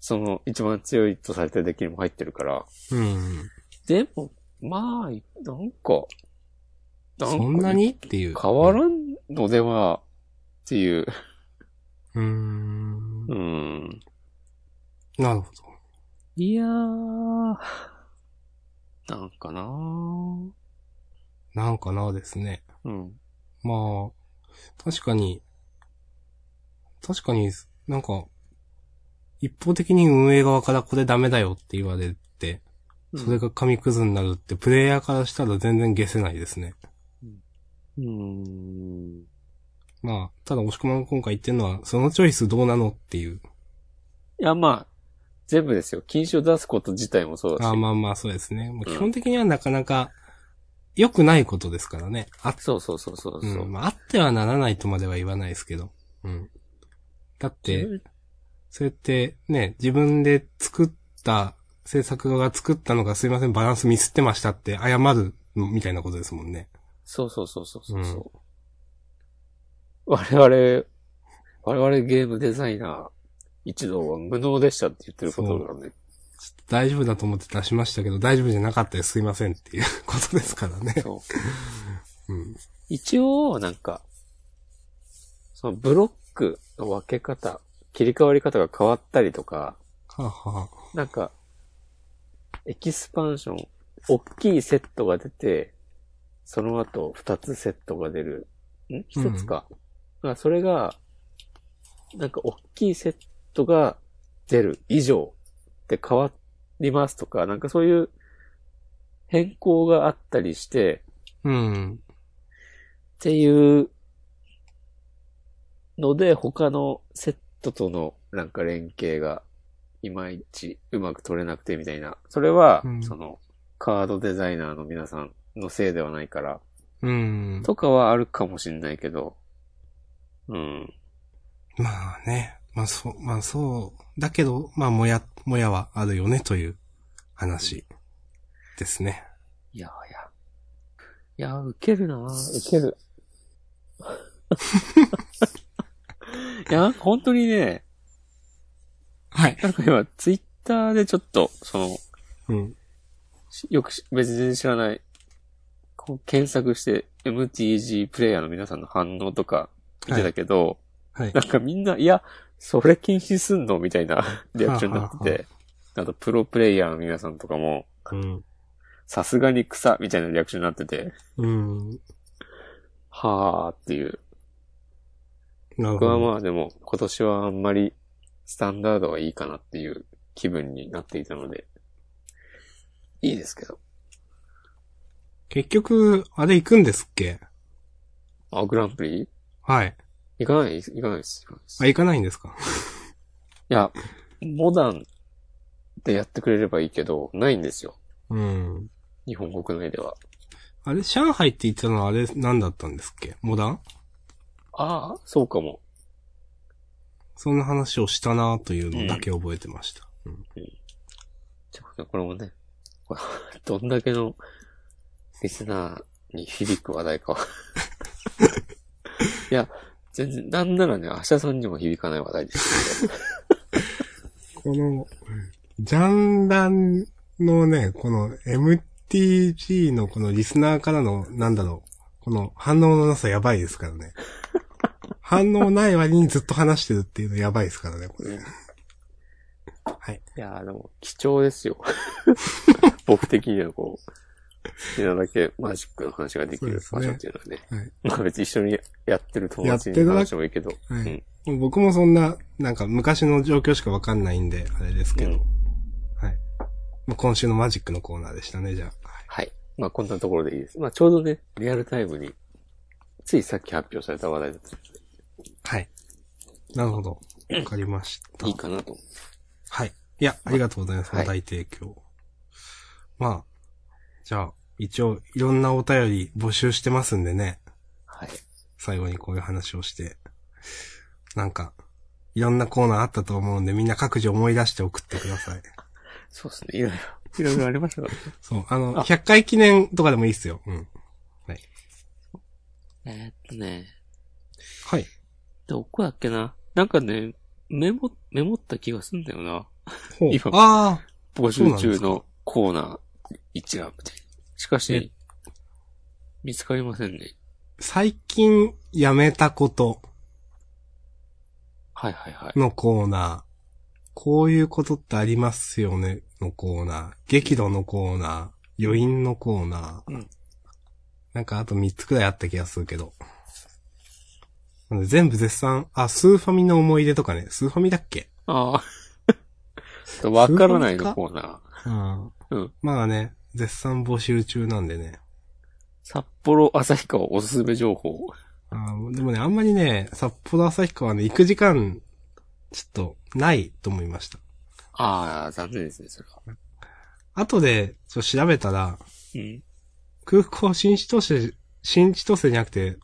Speaker 1: その一番強いとされてるデッキにも入ってるから。
Speaker 2: うん。
Speaker 1: でも、まあ、なんか、なか
Speaker 2: そんなにっていう。
Speaker 1: 変わらんのでは、っていう。
Speaker 2: うーん。
Speaker 1: うん。
Speaker 2: なるほど。
Speaker 1: いやー、なんかなー。
Speaker 2: なんかなですね。
Speaker 1: うん。
Speaker 2: まあ、確かに、確かになんか、一方的に運営側からこれダメだよって言われて、それが紙くずになるって、プレイヤーからしたら全然消せないですね。
Speaker 1: うん。
Speaker 2: まあ、ただ、押し込まんが今回言ってるのは、そのチョイスどうなのっていう。
Speaker 1: いや、まあ、全部ですよ。禁止を出すこと自体もそうだし。
Speaker 2: あーまあまあ、そうですね。もう基本的にはなかなか良くないことですからね。あっ
Speaker 1: そうそうそうそうそうう、
Speaker 2: ん、まあ、あってはならないとまでは言わないですけど。うん。だって
Speaker 1: 自、分
Speaker 2: そうやってね、自分で作った、制作側が作ったのがすいません、バランスミスってましたって謝るのみたいなことですもんね。
Speaker 1: そうそうそうそうそうそう、我々、我々ゲームデザイナー一同は無能でしたって言ってることなんで、
Speaker 2: 大丈夫だと思って出しましたけど、大丈夫じゃなかったですすいませんっていうことですからね。
Speaker 1: そう。
Speaker 2: うん。
Speaker 1: 一応、なんか、そのブロックの分け方、切り替わり方が変わったりとか、
Speaker 2: はあ、はあ、
Speaker 1: なんか、エキスパンション、大きいセットが出て、その後二つセットが出る。ん一つか。まあそれが、なんか大きいセットが出る以上って変わりますとか、なんかそういう変更があったりして、
Speaker 2: うん。
Speaker 1: っていうので、他のセットとのなんか連携がいまいちうまく取れなくてみたいな。それは、
Speaker 2: うん
Speaker 1: そのカードデザイナーの皆さんのせいではないから、
Speaker 2: うん。
Speaker 1: とかはあるかもしんないけど、うん。
Speaker 2: まあね。まあそう、まあそう。だけど、まあもや、もやはあるよねという話ですね。
Speaker 1: いやいや。いや、ウケるなぁ。ウケる。 (laughs) いや、本当にね、
Speaker 2: はい。
Speaker 1: なんか今、ツイッターでちょっと、その、
Speaker 2: うん。
Speaker 1: しよくし別に知らない、こう検索して MTG プレイヤーの皆さんの反応とか見てたけど、
Speaker 2: はい。
Speaker 1: なんかみんな、いや、それ禁止すんのみたいな (laughs) リアクションになって
Speaker 2: はあは
Speaker 1: て、あとプロプレイヤーの皆さんとかも、
Speaker 2: うん。
Speaker 1: さすがに草みたいなリアクションになってて、
Speaker 2: うん。
Speaker 1: はーっていう。
Speaker 2: なるほ
Speaker 1: 僕は
Speaker 2: ど。
Speaker 1: まあでも今年はあんまりスタンダードはいいかなっていう気分になっていたので、いいですけど。
Speaker 2: 結局、あれ行くんですっけ
Speaker 1: あ、グランプリ
Speaker 2: はい。
Speaker 1: 行かない行かないです。行かないです
Speaker 2: あ、行かないんですか
Speaker 1: いや、モダンでやってくれればいいけど、ないんですよ。
Speaker 2: うん。
Speaker 1: 日本国内では。
Speaker 2: あれ、上海って言ってたのはあれ何だったんですっけモダン
Speaker 1: ああ、そうかも。
Speaker 2: そんな話をしたなというのだけ覚えてました。うん。
Speaker 1: ちょっとこれもね、これ (laughs) どんだけのリスナーに響く話題 (laughs) かは。いや、全然、なんならね、明日さんにも響かない話題です。
Speaker 2: この、ジャンダンのね、この MTG のこのリスナーからの、なんだろう、この反応のなさやばいですからね。反応ない割にずっと話してるっていうのやばいですからね、これ。はい。
Speaker 1: いやー、でも、貴重です (laughs) よ。僕的にはこう、好きなだけマジックの話ができる場所っていうのはね。
Speaker 2: はい。
Speaker 1: まあ別に一緒にやってる友達
Speaker 2: やって
Speaker 1: に
Speaker 2: るだ
Speaker 1: 話してもいいけど。
Speaker 2: はい。僕もそんな、なんか昔の状況しかわかんないんで、あれですけど。
Speaker 1: うん
Speaker 2: はい。まあ、今週のマジックのコーナーでしたね、じゃあ。はい
Speaker 1: はい。まあ、こんなところでいいです。まあ、ちょうどね、リアルタイムに、ついさっき発表された話題だったの
Speaker 2: はい。なるほど。わかりました
Speaker 1: で、いい。かなと。
Speaker 2: はい。いや、ありがとうございます。
Speaker 1: はい
Speaker 2: お題提供。まあ、じゃあ、一応、いろんなお便り募集してますんでね。
Speaker 1: はい。
Speaker 2: 最後にこういう話をして。なんか、いろんなコーナーあったと思うんで、みんな各自思い出して送ってください。
Speaker 1: そうですね。いろいろ、いろいろありましたからね。
Speaker 2: そう、あの、
Speaker 1: あ
Speaker 2: 100回記念とかでもいいっすよ。うん。
Speaker 1: (laughs) えーっとね、
Speaker 2: はい。
Speaker 1: どこだっけな。なんかね、メモ、メモった気がすんだよな。
Speaker 2: ほう
Speaker 1: 今
Speaker 2: ああ、
Speaker 1: 募
Speaker 2: そう
Speaker 1: 集
Speaker 2: なんで
Speaker 1: 中
Speaker 2: すか
Speaker 1: のコーナー一覧みたいな。しか
Speaker 2: え
Speaker 1: し、見つかりませんね。
Speaker 2: 最近やめたこと
Speaker 1: はいはいはい。
Speaker 2: のコーナー。こういうことってありますよねのコーナー。激怒のコーナー。余韻のコーナー。
Speaker 1: うん
Speaker 2: なんかあと3つくらいあった気がするけど。なんで全部絶賛、あ、スーファミの思い出とかね。スーファミだっけ
Speaker 1: ああ。 (laughs) ちょっとわからない
Speaker 2: そ
Speaker 1: の
Speaker 2: うですか
Speaker 1: コーナー。
Speaker 2: うん。
Speaker 1: うん
Speaker 2: まあね、絶賛募集中なんでね。
Speaker 1: 札幌旭川おすすめ情報。
Speaker 2: あーでもね、あんまりね、札幌旭川ね、行く時間、ちょっと、ないと思いました。
Speaker 1: ああ、残念ですね、それは。
Speaker 2: 後で、そう調べたら、
Speaker 1: うん。
Speaker 2: 空港新千歳、新千歳じゃなくて、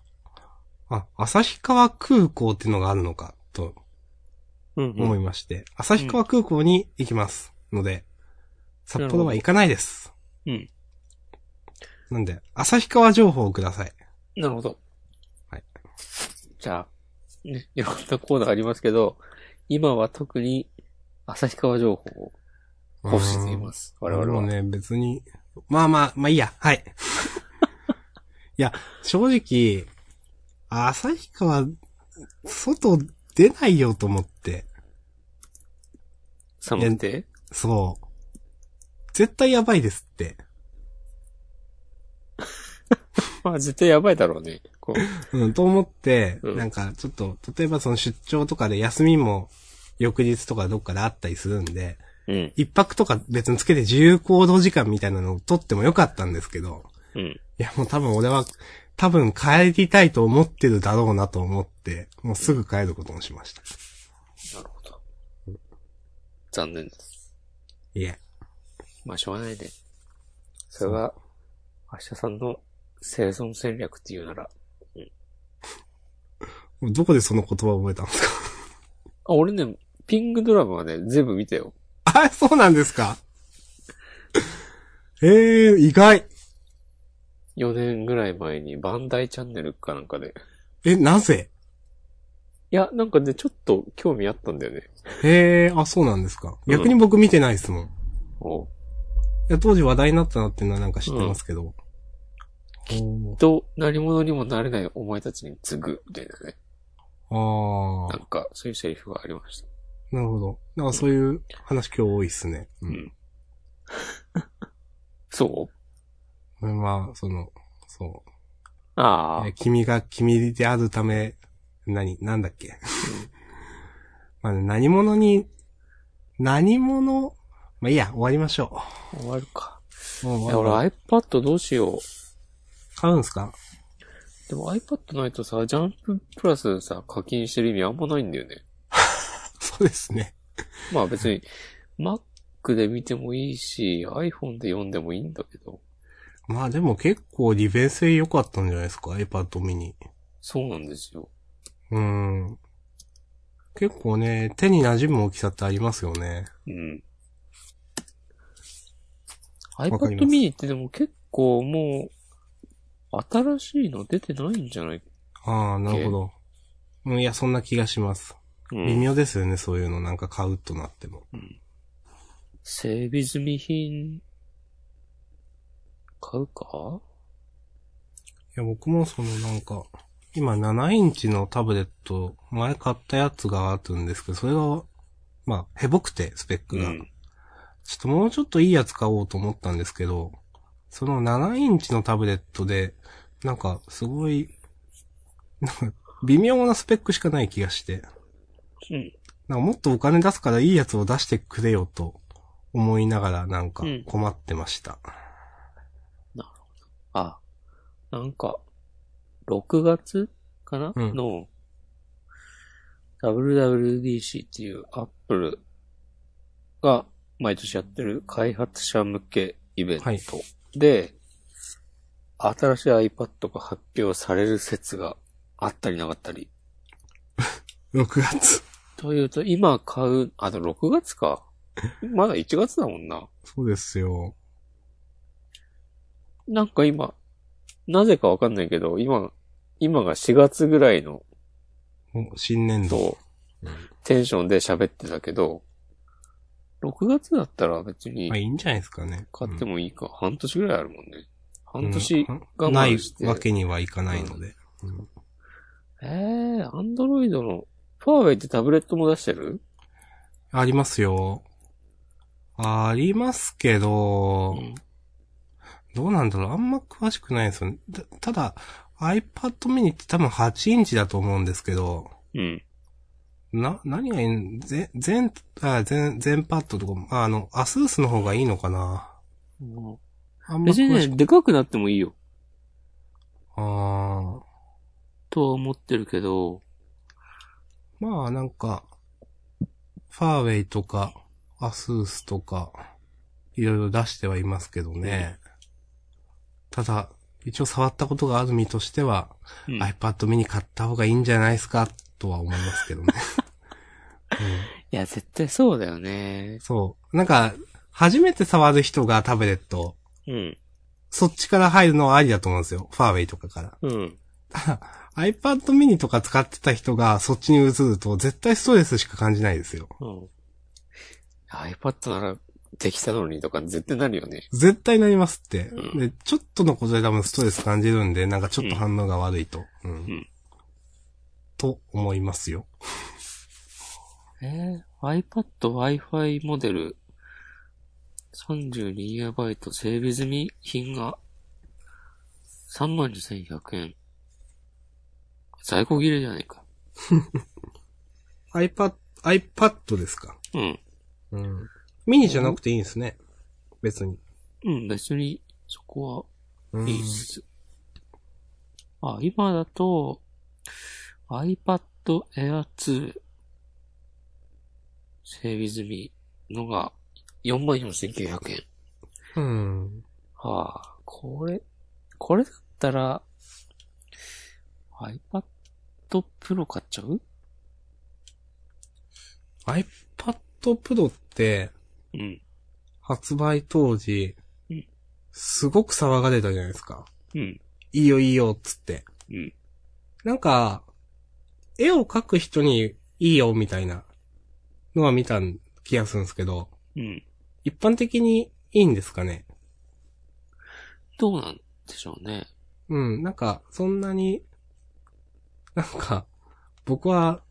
Speaker 2: あ、旭川空港っていうのがあるのか、と
Speaker 1: うん、
Speaker 2: 思いまして、旭、川空港に行きます。ので、札幌は行かないです。
Speaker 1: うん。
Speaker 2: なんで、旭川情報をください。
Speaker 1: なるほど。
Speaker 2: はい。
Speaker 1: じゃあ、ね、いろんなコーナーありますけど、今は特に、旭川情報を欲しいと言います。我々
Speaker 2: も
Speaker 1: は。
Speaker 2: ね、別に。まあまあ、まあいいや、
Speaker 1: (laughs)
Speaker 2: はい。いや、正直、旭川、外出ないよと思って、
Speaker 1: 寒くて。
Speaker 2: そう。絶対やばいですって。
Speaker 1: まあ、絶対やばいだろうね。こう。
Speaker 2: うん、と思って、
Speaker 1: うん
Speaker 2: なんかちょっと、例えばその出張とかで休みも翌日とかどっかであったりするんで、
Speaker 1: うん。
Speaker 2: 一泊とか別につけて自由行動時間みたいなのを取ってもよかったんですけど、
Speaker 1: うん。
Speaker 2: いや、もう多分俺は、多分帰りたいと思ってるだろうなと思って、もうすぐ帰ることにしました。
Speaker 1: なるほど。残念です。
Speaker 2: いえ。
Speaker 1: まあ、しょうがないね。それが、明日さんの生存戦略っていうなら、
Speaker 2: どこでその言葉を覚えたんですか (laughs)
Speaker 1: あ、俺ね、ピングドラマはね、全部見たよ。
Speaker 2: あ、そうなんですか (laughs) えー、意外。
Speaker 1: 4年ぐらい前にバンダイチャンネルかなんかで。
Speaker 2: え、なぜ
Speaker 1: いや、なんかね、ちょっと興味あったんだよね。
Speaker 2: えー、あ、そうなんですか。逆に僕見てないですもん。い
Speaker 1: お
Speaker 2: や、当時話題になったなっていうのはなんか知ってますけど。お
Speaker 1: と、何者にもなれないお前たちに次ぐ、みたいなね。
Speaker 2: ーあ
Speaker 1: な
Speaker 2: ー
Speaker 1: んか、そういうセリフがありました。
Speaker 2: なるほど。なんかそういう話今日多いっすね。う
Speaker 1: うんそう
Speaker 2: うん。まあ、その、そう。
Speaker 1: ああ
Speaker 2: えー、君が君であるため、何、なんだっ (laughs) け。まあね、何者に、何者、まあいいや、終わりましょ
Speaker 1: 終わるか。
Speaker 2: う。もう
Speaker 1: い
Speaker 2: 終
Speaker 1: や、
Speaker 2: わる
Speaker 1: 俺 iPad どうしよう。
Speaker 2: 買うんすか
Speaker 1: でも iPad ないとさ、ジャンププラスさ、課金してる意味あんまないんだよね。
Speaker 2: そうですね。
Speaker 1: まあ別に、Mac で見てもいいし、iPhone で読んでもいいんだけど。
Speaker 2: まあでも結構利便性良かったんじゃないですか、iPad mini。
Speaker 1: そうなんですよ。
Speaker 2: うーん。結構ね、手に馴染む大きさってありますよね。
Speaker 1: うん。
Speaker 2: わかり
Speaker 1: iPad
Speaker 2: ます
Speaker 1: mini ってでも結構もう、新しいの出てないんじゃない
Speaker 2: ああ、なるほど。うん、いや、そんな気がします。
Speaker 1: う
Speaker 2: 微
Speaker 1: ん。
Speaker 2: 妙ですよね、そういうのなんか買うとなっても。
Speaker 1: 整備済み品、買うか
Speaker 2: いや、僕もそのなんか、今7インチのタブレット、前買ったやつがあるんですけど、それが、まあ、へぼくて、スペックが。
Speaker 1: うん
Speaker 2: ちょっともうちょっといいやつ買おうと思ったんですけど、その7インチのタブレットで、なんか、すごい、なんか、微妙なスペックしかない気がして、
Speaker 1: うん。
Speaker 2: なんかもっとお金出すからいいやつを出してくれよと思いながら、なんか
Speaker 1: うん
Speaker 2: 困ってました。
Speaker 1: あ、なんか、6月かな、
Speaker 2: うん
Speaker 1: の、WWDC っていう Apple が毎年やってる開発者向けイベント
Speaker 2: はい
Speaker 1: で、新しい iPad が発表される説があったりなかったり。
Speaker 2: 6月。 (laughs)
Speaker 1: というと、今買う、あ、でも6月か。 (laughs) まだ1月だもんな。
Speaker 2: そうですよ。
Speaker 1: なんか今、なぜかわかんないけど、今、今が4月ぐらいの
Speaker 2: お新年度。
Speaker 1: と、テンションで喋ってたけど、6月だったら別に
Speaker 2: まあいいんじゃないですかね。
Speaker 1: 買っ
Speaker 2: うん
Speaker 1: てもいいか、半年ぐらいあるもんね。半年
Speaker 2: うん
Speaker 1: 我慢して。
Speaker 2: ないわけにはいかないので。うん
Speaker 1: ええー、アンドロイドの、ファーウェイってタブレットも出してる
Speaker 2: ありますよ。ありますけ
Speaker 1: う
Speaker 2: ど、
Speaker 1: ん。
Speaker 2: どうなんだろう。あんま詳しくないんですよね。たただ、iPad mini って多分8インチだと思うんですけど、
Speaker 1: うん。
Speaker 2: な、何がいいん全、全、あ、全、全パッドとかも、ああの、アスースの方がいいのかな。あんま詳
Speaker 1: 別にね、
Speaker 2: しく、
Speaker 1: でかくなってもいいよ、
Speaker 2: あー
Speaker 1: とは思ってるけど、
Speaker 2: まあなんか、ファーウェイとか、アスースとか、いろいろ出してはいますけどね。ただ、一応触ったことがある身としては、
Speaker 1: うん
Speaker 2: iPad mini 買った方がいいんじゃないですか、とは思いますけどね。 (laughs)
Speaker 1: いや、絶対そうだよね
Speaker 2: うん、。そう。なんか、初めて触る人がタブレット、
Speaker 1: うん。
Speaker 2: そっちから入るのはありだと思うんですよ。ファーウェイと
Speaker 1: (laughs)
Speaker 2: かから。
Speaker 1: うん。
Speaker 2: iPad mini とか使ってた人がそっちに移ると絶対ストレスしか感じないですよ。
Speaker 1: うん。iPad ならできたのにとか絶対なるよね。
Speaker 2: 絶対なりますって。
Speaker 1: うん
Speaker 2: で、ちょっとのことで多分ストレス感じるんで、なんかちょっと反応が悪いと。うん。
Speaker 1: ん
Speaker 2: と思いますよ。
Speaker 1: えー、iPad Wi-Fi モデル 32GB 整備済み品が32,100円。在庫切れじゃないか。
Speaker 2: iPad、iPad ですか。
Speaker 1: うん。
Speaker 2: うん。ミニじゃなくていいんですね。別に。
Speaker 1: うん、別にそこは
Speaker 2: うん
Speaker 1: いいっす。あ、今だと、iPad Air 2整備済みのが44,900円。
Speaker 2: うん。
Speaker 1: はあ、これ、これだったら、iPad Pro 買っちゃう
Speaker 2: iPad Pro って、
Speaker 1: うん。
Speaker 2: 発売当時
Speaker 1: うん、
Speaker 2: すごく騒がれたじゃないですか。
Speaker 1: うん。
Speaker 2: いいよいいよっつって。
Speaker 1: うん。
Speaker 2: なんか、絵を描く人にいいよみたいなのは見た気がするんですけど、
Speaker 1: うん。
Speaker 2: 一般的にいいんですかね
Speaker 1: どうなんでしょうね。
Speaker 2: うん、なんか、そんなに、なんか、僕は、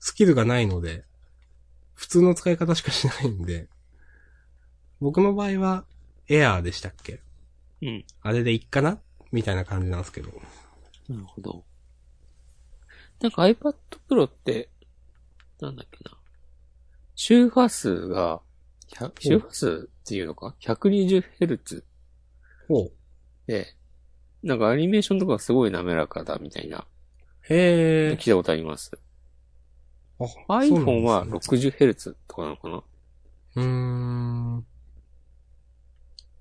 Speaker 2: スキルがないので、普通の使い方しかしないんで、僕の場合は、エアーでしたっけ
Speaker 1: うん。
Speaker 2: あれでいっかなみたいな感じなんですけど。
Speaker 1: なるほど。なんか iPad Pro って、なんだっけな。周波数が、100周波数っていうのか ?120Hz
Speaker 2: ほう。
Speaker 1: で、なんかアニメーションとかすごい滑らかだみたいな、
Speaker 2: へえ。
Speaker 1: 聞いたことあります。
Speaker 2: あ
Speaker 1: iPhone は
Speaker 2: そうなんですね
Speaker 1: 60Hz とかなのかな
Speaker 2: うーん。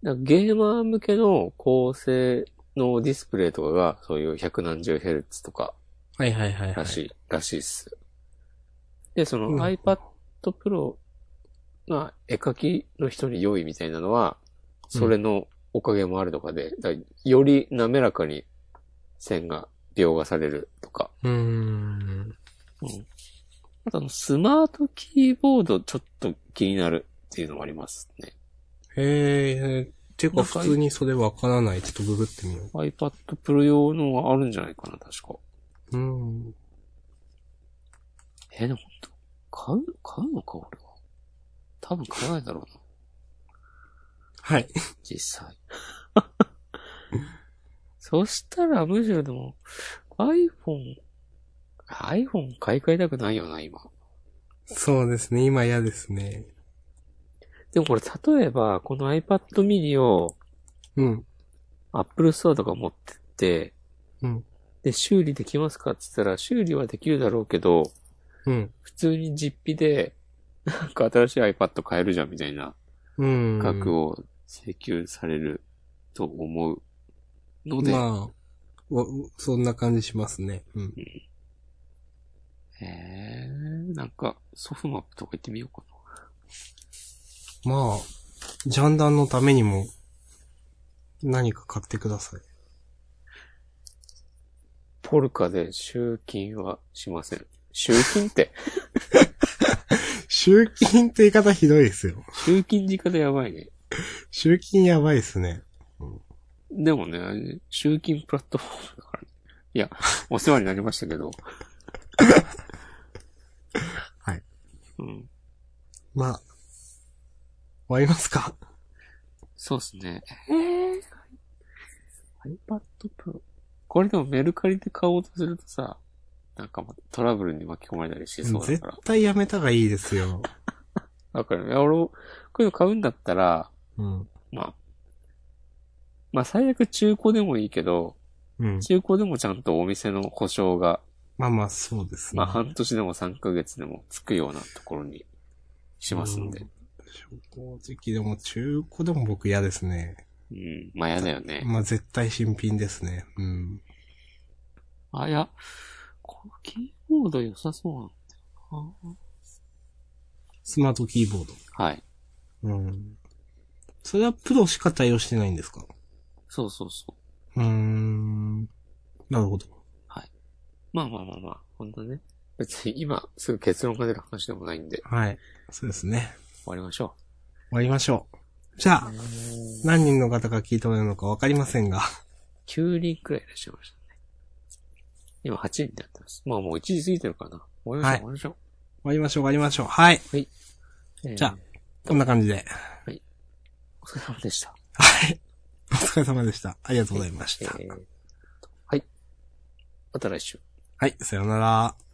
Speaker 1: なんかゲーマー向けの高性能ディスプレイとかが、そういう百何十ヘルツとか
Speaker 2: はいはいはい、は
Speaker 1: ら
Speaker 2: い。
Speaker 1: しい、らしいっす。で、その
Speaker 2: うん
Speaker 1: iPad Pro が絵描きの人に良いみたいなのは、それのおかげもあるとかで、だからより滑らかに線が描画されるとか。
Speaker 2: うーん。
Speaker 1: あとあの、スマートキーボードちょっと気になるっていうのもありますね。
Speaker 2: へえ。て
Speaker 1: な
Speaker 2: か
Speaker 1: んか
Speaker 2: 普通にそれわからない。ちょっとググってみよ
Speaker 1: iPad Pro 用のがあるんじゃないかな、確か。
Speaker 2: う。うん。
Speaker 1: えー、でも本当買う、買うのか、俺は。多分買わないだろうな、
Speaker 2: はい。
Speaker 1: 実際。 (laughs) そしたら、むしろでも、iPhone、iPhone 買い替えたくないよな、今。
Speaker 2: そうですね。今嫌ですね。
Speaker 1: でもこれ、例えば、この iPad mini を
Speaker 2: うん。
Speaker 1: Apple Store とか持ってって、
Speaker 2: うん。
Speaker 1: で、修理できますかって言ったら、修理はできるだろうけど、
Speaker 2: うん。
Speaker 1: 普通に実費で、なんか新しい iPad 買えるじゃん、みたいな。
Speaker 2: うん。
Speaker 1: 額を請求されると思うので、
Speaker 2: まあ、わそんな感じしますね。うん。
Speaker 1: えー、なんか、ソフマップとか行ってみようか
Speaker 2: まあ、ジャンダンのためにも、何か買ってください。
Speaker 1: な。ポルカで集金はしません。集金って、
Speaker 2: 集金って言い方ひどいですよ。
Speaker 1: (laughs) 集金時間でやばいね。
Speaker 2: 集金やばいですね。
Speaker 1: でもね、あれ集金プラットフォームだからね。いや、お世話になりましたけ (laughs) ど。
Speaker 2: はい。
Speaker 1: うん。
Speaker 2: まあ、終わりますか
Speaker 1: そうですね。えー、iPad Pro。これでもメルカリで買おうとするとさ、なんかまたトラブルに巻き込まれたりしそうだ
Speaker 2: 絶
Speaker 1: から。
Speaker 2: 対やめたがいいですよ。
Speaker 1: だから、いや、俺も、こういうの買うんだったら、
Speaker 2: うん。
Speaker 1: まあ、まあ最悪中古でもいいけど、
Speaker 2: うん。
Speaker 1: 中古でもちゃんとお店の保証が、
Speaker 2: まあまあ、そうですね。
Speaker 1: まあ半年でも3ヶ月でもつくようなところにしますんで。
Speaker 2: う正直でも中古でも僕嫌ですね。
Speaker 1: うん。まあ嫌だよね。
Speaker 2: まあ絶対新品ですね。うん。
Speaker 1: あ、いや、このキーボード良さそうなんだよ
Speaker 2: スマートキーボー
Speaker 1: な。はい。
Speaker 2: ド。うん。それはプロしか対応してないんですか
Speaker 1: そうそうそう。
Speaker 2: うーん。なるほど。
Speaker 1: まあまあまあまあ、ほんとね。別に今すぐ結論が出る話でもないんで、
Speaker 2: はい。そうですね。
Speaker 1: 終わりましょ
Speaker 2: 終わりましょう。じゃあ
Speaker 1: う、。
Speaker 2: 何人の方が聞いておられるのかわかりませんが。
Speaker 1: 9人くらいいらっしゃいましたね。今8人になってます。まあもう1時過ぎてるかな。終わりましょう、
Speaker 2: はい
Speaker 1: 終わりましょう。
Speaker 2: 終わりましょう、終わりましょう。はい。
Speaker 1: えー
Speaker 2: じゃあこんな感じで。
Speaker 1: お疲れ様でした。
Speaker 2: はい。お疲れ様でした。ありがとうございまし
Speaker 1: え
Speaker 2: た。
Speaker 1: ーはい。また来週。
Speaker 2: はい、さようなら。